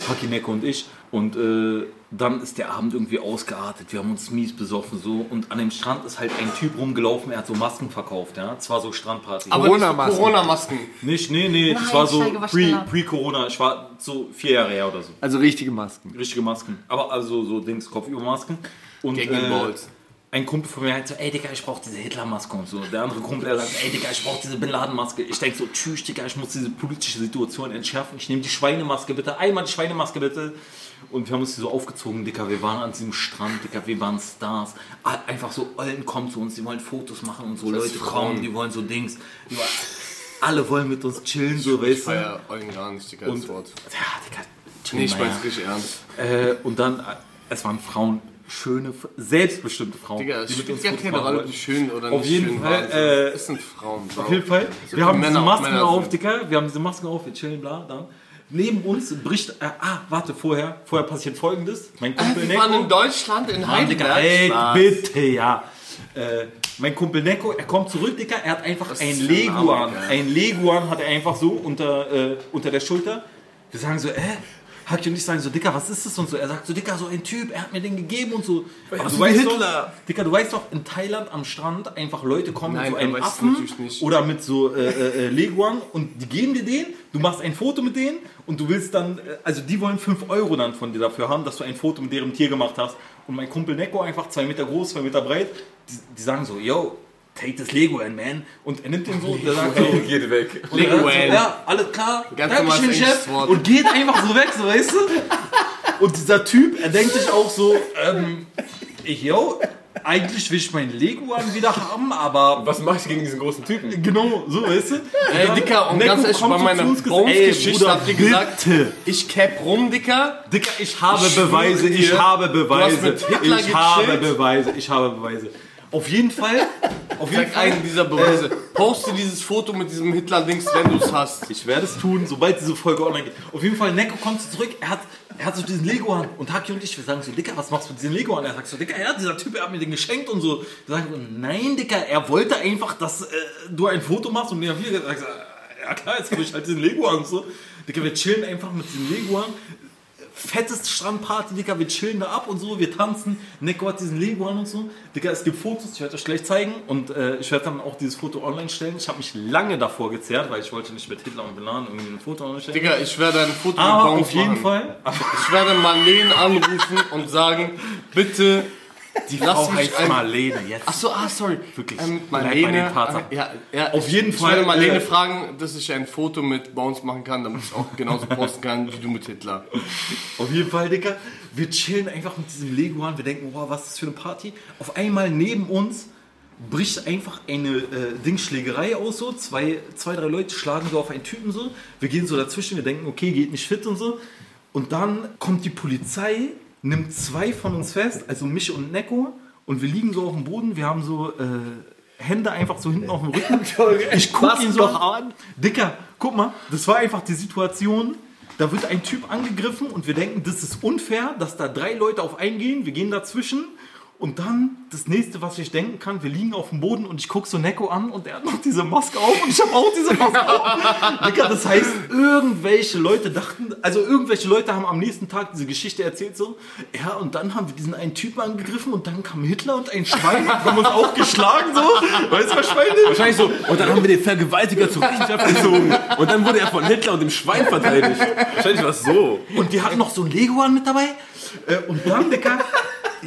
Haki, Neko und ich. Und äh, dann ist der Abend irgendwie ausgeartet. Wir haben uns mies besoffen so. Und an dem Strand ist halt ein Typ rumgelaufen, er hat so Masken verkauft. Ja, es war so Strandparty.
Aber
Corona-Masken.
Corona-Masken. Corona-Masken.
Nicht, nee, nee, das war so pre- pre-Corona. ich war so vier Jahre her oder so.
Also richtige Masken.
Richtige Masken. Aber also so Dings, Kopfübermasken. Und
Gegen den
äh,
Balls.
ein Kumpel von mir hat so, ey Digga, ich brauch diese Hitler-Maske und so. Der andere Kumpel, der sagt, ey Digga, ich brauch diese Bin Laden-Maske. Ich denke so, tschüss Digga, ich muss diese politische Situation entschärfen. Ich nehme die Schweinemaske bitte, einmal die Schweinemaske bitte. Und wir haben uns die so aufgezogen, Dicker. Wir waren an diesem Strand, Dicker. Wir waren Stars. Ah, Einfach so, Ollen kommen zu uns, die wollen Fotos machen und so. Leute kommen, die wollen so Dings. Die wollen- Alle wollen mit uns chillen, so, weißt du. Ja,
Ja, Eugen gar nicht, Digga, das Wort.
Dicker, chill
Nee, ich
mal, ja.
mein's richtig ernst.
Äh, und dann, äh, es waren Frauen, schöne, selbstbestimmte Frauen.
Digga, es
die mit
spielt
uns
gar
Fotos
keine
machen
Rolle, ob
wollten.
die schön oder
Auf
nicht
jeden
schön
Fall,
waren.
äh,
es sind Frauen, Bro.
Auf jeden Fall, wir haben diese
Männer-
Masken
Männer
auf,
sind-
Dicker, wir haben diese Masken auf, wir chillen, bla, dann. Neben uns bricht, äh, ah, warte, vorher, vorher passiert folgendes. Mein Kumpel
Äh, Wir waren in
Neko,
Deutschland, in
Mann, Digga,
Heidelberg.
ey,
Spaß.
bitte, ja. Äh, mein Kumpel Neko, er kommt zurück, Dicker, er hat einfach ein
ist für ein Armer,
Leguan.
Digga.
Ein Leguan hat er einfach so unter, äh, unter der Schulter. Wir sagen so, äh, Haki und ich sagen so, Dicker, was ist das und so. Er sagt so, Dicker, so ein Typ, er hat mir den gegeben und so. Aber du weißt Doch, Dicker, du weißt doch, in Thailand am Strand einfach Leute kommen
Nein,
mit so
dann
einem
weißt du
Affen
natürlich nicht.
oder mit so äh, äh, äh, Leguan und die geben dir den, du machst ein Foto mit denen und du willst dann, äh, also die wollen 5 Euro dann von dir dafür haben, dass du ein Foto mit deren Tier gemacht hast. Und mein Kumpel Neko, einfach 2 Meter groß, 2 Meter breit, die, die sagen so, yo, take this Leguan, man. Und er nimmt den so und der sagt so,
Geht weg.
und er sagt so,
Leguan.
ja, alles klar,
Ganz
Dankeschön,
normales
Chef.
englisches Wort.
Und geht einfach so weg, so weißt du. Und dieser Typ, er denkt sich auch so, ähm, yo, eigentlich will ich meinen Leguan wieder haben, aber
Was mache ich gegen diesen großen Typen?
Genau, so, weißt du?
Ey, Dicker, und
Neko
ganz ehrlich,
kommt
bei
so
meiner
zu uns gesagt, ey,
Bones-Geschichte
Bruder,
habt ihr gesagt,
bitte.
ich cap rum, Dicker.
Dicker, ich habe
Ich schwöre
Beweise, ich
dir,
habe
du hast
Beweise,
mit Hitler
ich habe
gechillt.
Beweise, ich habe Beweise. Auf jeden Fall. Auf jeden
Zeig
Fall.
einen dieser Beweise. Poste dieses Foto mit diesem Hitler-Dings, wenn du es hast.
Ich werde es tun, sobald diese Folge online geht. Auf jeden Fall, Neko kommt zurück, er hat, er hat so diesen Lego an. Und Haki und ich, wir sagen so, Dicker, was machst du mit diesem Lego an? Er sagt so, Dicker, ja, dieser Typ, er hat mir den geschenkt und so. Wir sagen so, nein, Dicker, er wollte einfach, dass äh, du ein Foto machst. Und mir haben wir gesagt, äh, ja klar, jetzt gebe ich halt diesen Lego an. und So. Dicker, wir chillen einfach mit diesem Lego an. Fettes Strandparty, Dicker, wir chillen da ab und so, wir tanzen. Neko hat diesen Lego an und so. Dicker, es gibt Fotos, ich werde euch gleich zeigen und äh, ich werde dann auch dieses Foto online stellen. Ich habe mich lange davor gezerrt, weil ich wollte nicht mit Hitler und Bin Laden irgendwie ein Foto online stellen.
Digga, ich werde ein Foto mit Bones
Aber Ah, auf
machen.
jeden Fall.
Ich werde Marlene anrufen und sagen, bitte,
Die
lass
Frau
mich
heißt
ein-
Marlene jetzt.
Ach so, ah, sorry.
Wirklich.
Ähm,
Bleib bei
Marlene.
den Tatsachen.
äh, ja, ja,
Auf jeden
ich
Fall,
Ich werde Marlene
äh,
fragen, dass ich ein Foto mit Bounce machen kann, damit ich auch genauso posten kann wie du mit Hitler.
Auf jeden Fall, Dicker. Wir chillen einfach mit diesem Lego an. Wir denken, wow, was ist das für eine Party? Auf einmal neben uns bricht einfach eine äh, Dingschlägerei aus. So. Zwei, zwei, drei Leute schlagen so auf einen Typen so. Wir gehen so dazwischen. Wir denken, okay, geht nicht fit und so. Und dann kommt die Polizei, nimmt zwei von uns fest, also mich und Neko. Und wir liegen so auf dem Boden. Wir haben so äh, Hände einfach so hinten auf dem Rücken. Ich gucke ihn so an. Dicker, guck mal, das war einfach die Situation. Da wird ein Typ angegriffen und wir denken, das ist unfair, dass da drei Leute auf eingehen. Wir gehen dazwischen und dann das nächste, was ich denken kann, wir liegen auf dem Boden und ich gucke so Neko an und er hat noch diese Maske auf und ich habe auch diese Maske auf. (laughs) Digga, das heißt, irgendwelche Leute dachten, also irgendwelche Leute haben am nächsten Tag diese Geschichte erzählt so, ja und dann haben wir diesen einen Typen angegriffen und dann kam Hitler und ein Schwein und haben uns auch geschlagen so. Weißt du, was Schwein ist?
Wahrscheinlich so. Und dann haben wir den Vergewaltiger zur Rechenschaft gezogen. Und dann wurde er von Hitler und dem Schwein verteidigt. Wahrscheinlich war es so.
Und wir hatten noch so einen Leguan mit dabei. Äh, Und dann, Dicker,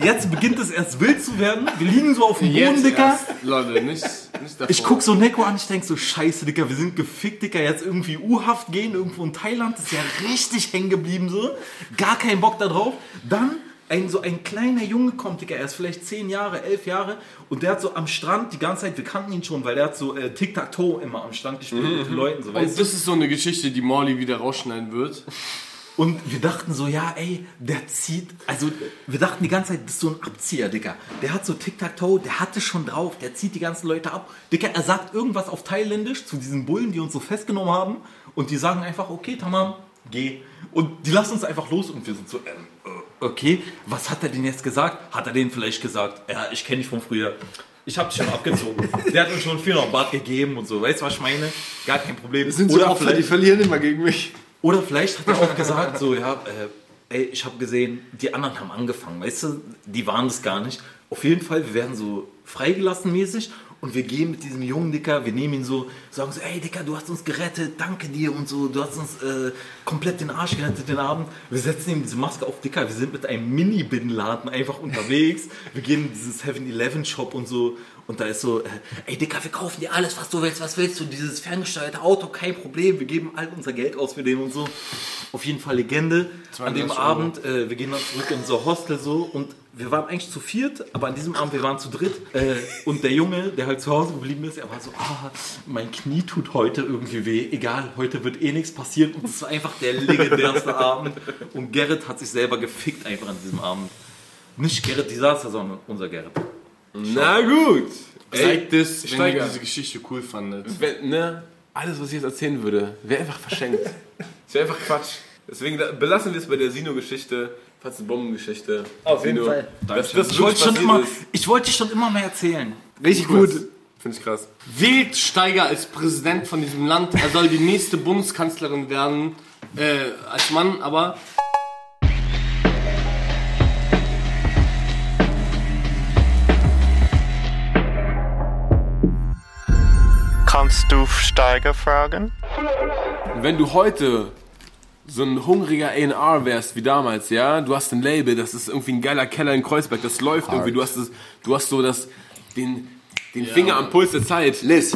jetzt beginnt es erst wild zu werden. Wir liegen so auf dem Boden, Dicker.
Leute, nicht, nicht davor.
Ich guck so Neko an, ich denk so, scheiße, Dicker, wir sind gefickt, Dicker, jetzt irgendwie U-Haft gehen, irgendwo in Thailand, das ist ja richtig hängen geblieben, so. Gar keinen Bock da drauf. Dann ein, so ein kleiner Junge kommt, Dicker, er ist vielleicht 10 Jahre, 11 Jahre und der hat so am Strand die ganze Zeit, wir kannten ihn schon, weil der hat so äh, Tic-Tac-Toe immer am Strand gespielt mit den Leuten, so,
Mhm. Und
weißt
das ist so eine Geschichte, die Molly wieder rausschneiden
(laughs)
wird.
Und wir dachten so, ja, ey, der zieht. Also, wir dachten die ganze Zeit, das ist so ein Abzieher, Dicker. Der hat so Tic-Tac-Toe, der hatte schon drauf, der zieht die ganzen Leute ab. Dicker, er sagt irgendwas auf Thailändisch zu diesen Bullen, die uns so festgenommen haben. Und die sagen einfach, okay, Tamam, geh. Und die lassen uns einfach los und wir sind so, ähm, äh, okay, was hat er denn jetzt gesagt? Hat er den vielleicht gesagt, ja, ich kenne dich von früher. Ich habe dich schon abgezogen. Der hat mir schon viel noch Bart gegeben und so. Weißt du, was ich meine? Gar kein Problem.
Das sind so Opfer, die verlieren immer gegen mich.
Oder vielleicht hat er auch gesagt, so, ja, äh, ey, ich habe gesehen, die anderen haben angefangen, weißt du, die waren das gar nicht. Auf jeden Fall, wir werden so freigelassen mäßig und wir gehen mit diesem jungen Dicker, wir nehmen ihn so, sagen so, ey Dicker, du hast uns gerettet, danke dir und so, du hast uns äh, komplett den Arsch gerettet den Abend. Wir setzen ihm diese Maske auf, Dicker, wir sind mit einem Mini-Bin-Laden einfach unterwegs. Wir gehen in diesen 7-Eleven-Shop und so und da ist so, äh, ey Dicker, wir kaufen dir alles, was du willst, was willst du? Dieses ferngesteuerte Auto, kein Problem, wir geben all unser Geld aus für den und so. Auf jeden Fall Legende. An dem Abend, äh, wir gehen dann zurück in unser Hostel so und wir waren eigentlich zu viert, aber an diesem Abend, wir waren zu dritt. Äh, und der Junge, der halt zu Hause geblieben ist, er war so, ah, mein Knie tut heute irgendwie weh, egal, heute wird eh nichts passieren. Und es war einfach der legendärste Abend. Und Gerrit hat sich selber gefickt einfach an diesem Abend. Nicht Gerrit Desaster, sondern unser Gerrit.
Na gut. Ey,
Zeigt das, wenn
steig
ihr
ab.
diese Geschichte cool fandet.
wenn, ne, alles, was ich jetzt erzählen würde, wäre einfach (laughs) verschenkt. Es wäre einfach Quatsch. Deswegen da- belassen wir es bei der Sino-Geschichte. Falls eine Bombengeschichte. Auf jeden Fall. Das, das
Ich wollte schon
wirklich
immer,
passiert ist.
ich wollte schon immer mehr erzählen.
Richtig gut.
Finde ich krass.
Wählt Steiger als Präsident von diesem Land. Er soll die nächste Bundeskanzlerin werden. Äh, als Mann, aber
Kannst du Steiger fragen?
Wenn du heute so ein hungriger A&R wärst wie damals, ja, du hast ein Label, das ist irgendwie ein geiler Keller in Kreuzberg, das läuft irgendwie, du hast, das, du hast so das, den, den Finger am Puls der Zeit. Liz.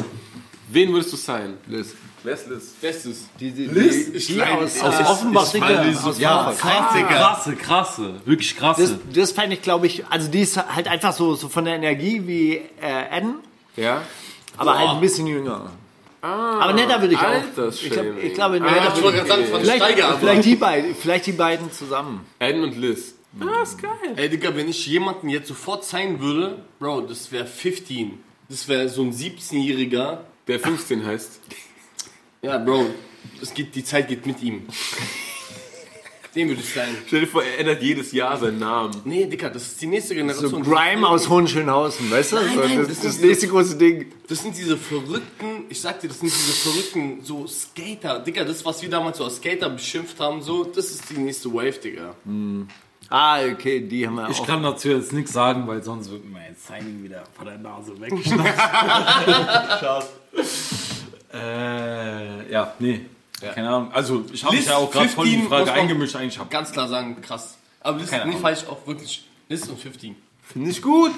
Wen würdest du sein? Liz. Wer ist Liz? Wer ist Liz?
Die, die,
Liz?
die, die aus,
Aus Offenbach, Digga.
ja,
Krasse, krasse. Wirklich
das,
krasse.
das fand ich, glaube ich, also die ist halt einfach so, so von der Energie wie äh, Anne,
Ja?
aber halt ein bisschen jünger.
Ah,
aber netter würde ich auch.
Altersschäme.
Ich, glaub, ich glaube,
Ah,
ich
netter
wollte gerade sagen, von
also.
vielleicht,
Steiger. aber-
vielleicht, die beiden, vielleicht die beiden zusammen.
Anne und Liz.
Das ist geil. Ey, Digga, wenn ich jemanden jetzt sofort zeigen würde, Bro, das wäre 15. Das wäre so ein 17-Jähriger.
Der 15 heißt.
Ja, Bro, es geht, die Zeit geht mit ihm. Den würde ich sein.
Stell dir vor, er ändert jedes Jahr seinen Namen.
Nee, Dicker, das ist die nächste
So
Generation.
Grime aus Hohenschönhausen, weißt du?
Nein,
so,
nein,
das,
das
ist das
ist-
nächste große Ding.
Das sind diese verrückten, ich sag dir, das sind diese verrückten, so Skater. Digga, das, was wir damals so als Skater beschimpft haben, so, das ist die nächste Wave, Digga.
Ah, okay, die haben wir
Ich
auch.
kann dazu jetzt nichts sagen, weil sonst wird mir jetzt Signing wieder von der Nase
(laughs)
weg. äh, ja, nee. Keine Ahnung. Also ich habe mich
List
ja auch gerade voll in die
15 muss
Frage
man
eingemischt. Eigentlich habe
Ganz klar sagen, krass. Aber das ist
Keine
nicht
Ahnung.
falsch, auch wirklich. List und 15.
Finde ich gut.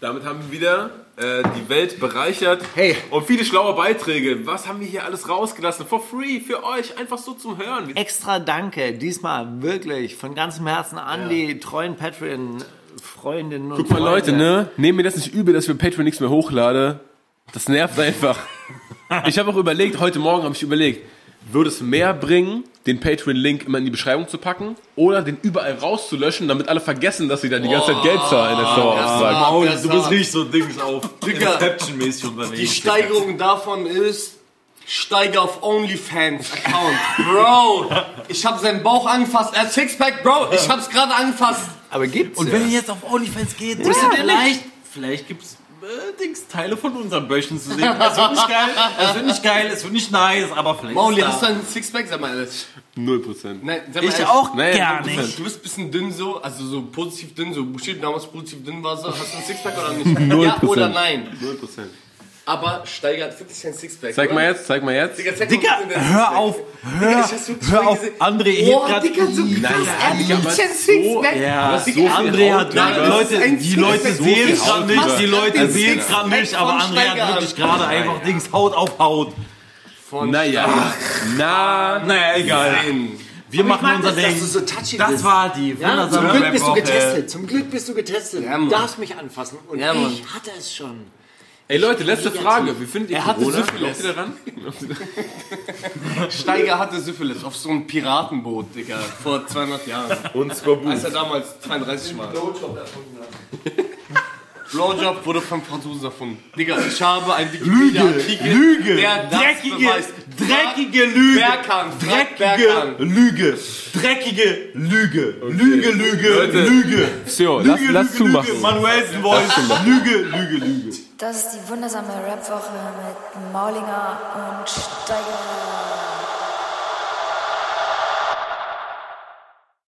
Damit haben wir wieder äh, die Welt bereichert. Hey. Und viele schlaue Beiträge. Was haben wir hier alles rausgelassen? For free, für euch, einfach so zum Hören. Wir-
Extra danke, diesmal wirklich von ganzem Herzen an die treuen Patreon-Freundinnen und
Guck mal,
Freunde.
Leute, ne? Nehmt mir das nicht übel, dass ich bei Patreon nichts mehr hochlade. Das nervt einfach. Ich habe auch überlegt, heute Morgen habe ich überlegt, würde es mehr bringen, den Patreon-Link immer in die Beschreibung zu packen oder den überall rauszulöschen, damit alle vergessen, dass sie da die ganze Zeit Geld zahlen, das so aufsagt.
Maul,
das
du
war-
bist richtig so Dings auf
(laughs) Digga,
Inception-mäßig unterwegs.
Die Steigerung davon ist, steige auf OnlyFans-Account. Bro, ich habe seinen Bauch angefasst. Er hat Sixpack, Bro, ich hab's gerade angefasst.
Aber gibt's
Und
ja.
wenn ihr jetzt auf OnlyFans geht,
ihr denn
vielleicht, vielleicht gibt es äh, Dings, Teile von unseren Böllchen zu sehen. Es wird nicht geil, es wird nicht geil, es wird nicht nice, aber vielleicht
Mauli,
ist da-
hast du einen Sixpack? Sag mal ehrlich.
0%.
Nein, sag mal
Ich
ehrlich.
auch
Nein,
gar
du
nicht.
Du bist ein bisschen dünn so, also so positiv dünn, so Bushido damals positiv dünn war so. Hast du ein Sixpack oder
(laughs)
nicht? Ja oder nein?
0%.
Aber steigert wirklich sein Sixpack.
Zeig
oder?
mal jetzt, zeig mal jetzt.
Digga, zeig mal
Digga,
kurz in den Sixpack.
hör auf, hör,
ich hab's wirklich
hör auf,
gesehen.
André
Oh,
hebt
Digga, so
gerade...
krass, er hat wirklich ein Sixpack.
Ja,
so viel
André hat
Haut drüber.
gerade,
Das ist
Leute,
ein
die Leute
Sixpack.
sehen
So
es
viel
gerade nicht, die
Haut
Leute
drüber.
sehen es gerade nicht, aber
Von
André
Steiger
hat
an.
wirklich gerade einfach Dings Haut auf Haut.
Naja, na,
Ah. Naja, egal. Wir machen unser
dass
Ding.
du so touchy
Das
bist.
war die
Ja, zum
wundersame
Glück bist du
Rap-Woche.
getestet. Zum Glück bist du getestet.
Ja,
du
Mann.
darfst mich anfassen. Und
Ja, Mann.
ich hatte es schon.
Ey Leute, letzte Frage. Wie findet ihr
Er hatte
Corona?
Syphilis.
Glaubt ihr daran?
Steiger hatte Syphilis auf so einem Piratenboot, Digga, vor 200 Jahren.
Und Skorbut.
Als er damals 32 war. Blowjob erfunden hat. Blowjob wurde von Franzosen erfunden. Digga, ich habe ein Wikipedia-Artikel. Lüge! Der das
Dreckige,
beweist.
dreckige Lüge.
Berkan, Frank
Dreckige
Berkan.
Lüge. Dreckige Lüge. Lüge, Lüge,
Leute.
Lüge.
So, lass,
Lüge,
lass
Lüge, Lüge.
zumachen.
Manuelsen Voice. Lüge, Lüge, Lüge.
Das ist die wundersame Rap-Woche mit Maulinger und Steiger.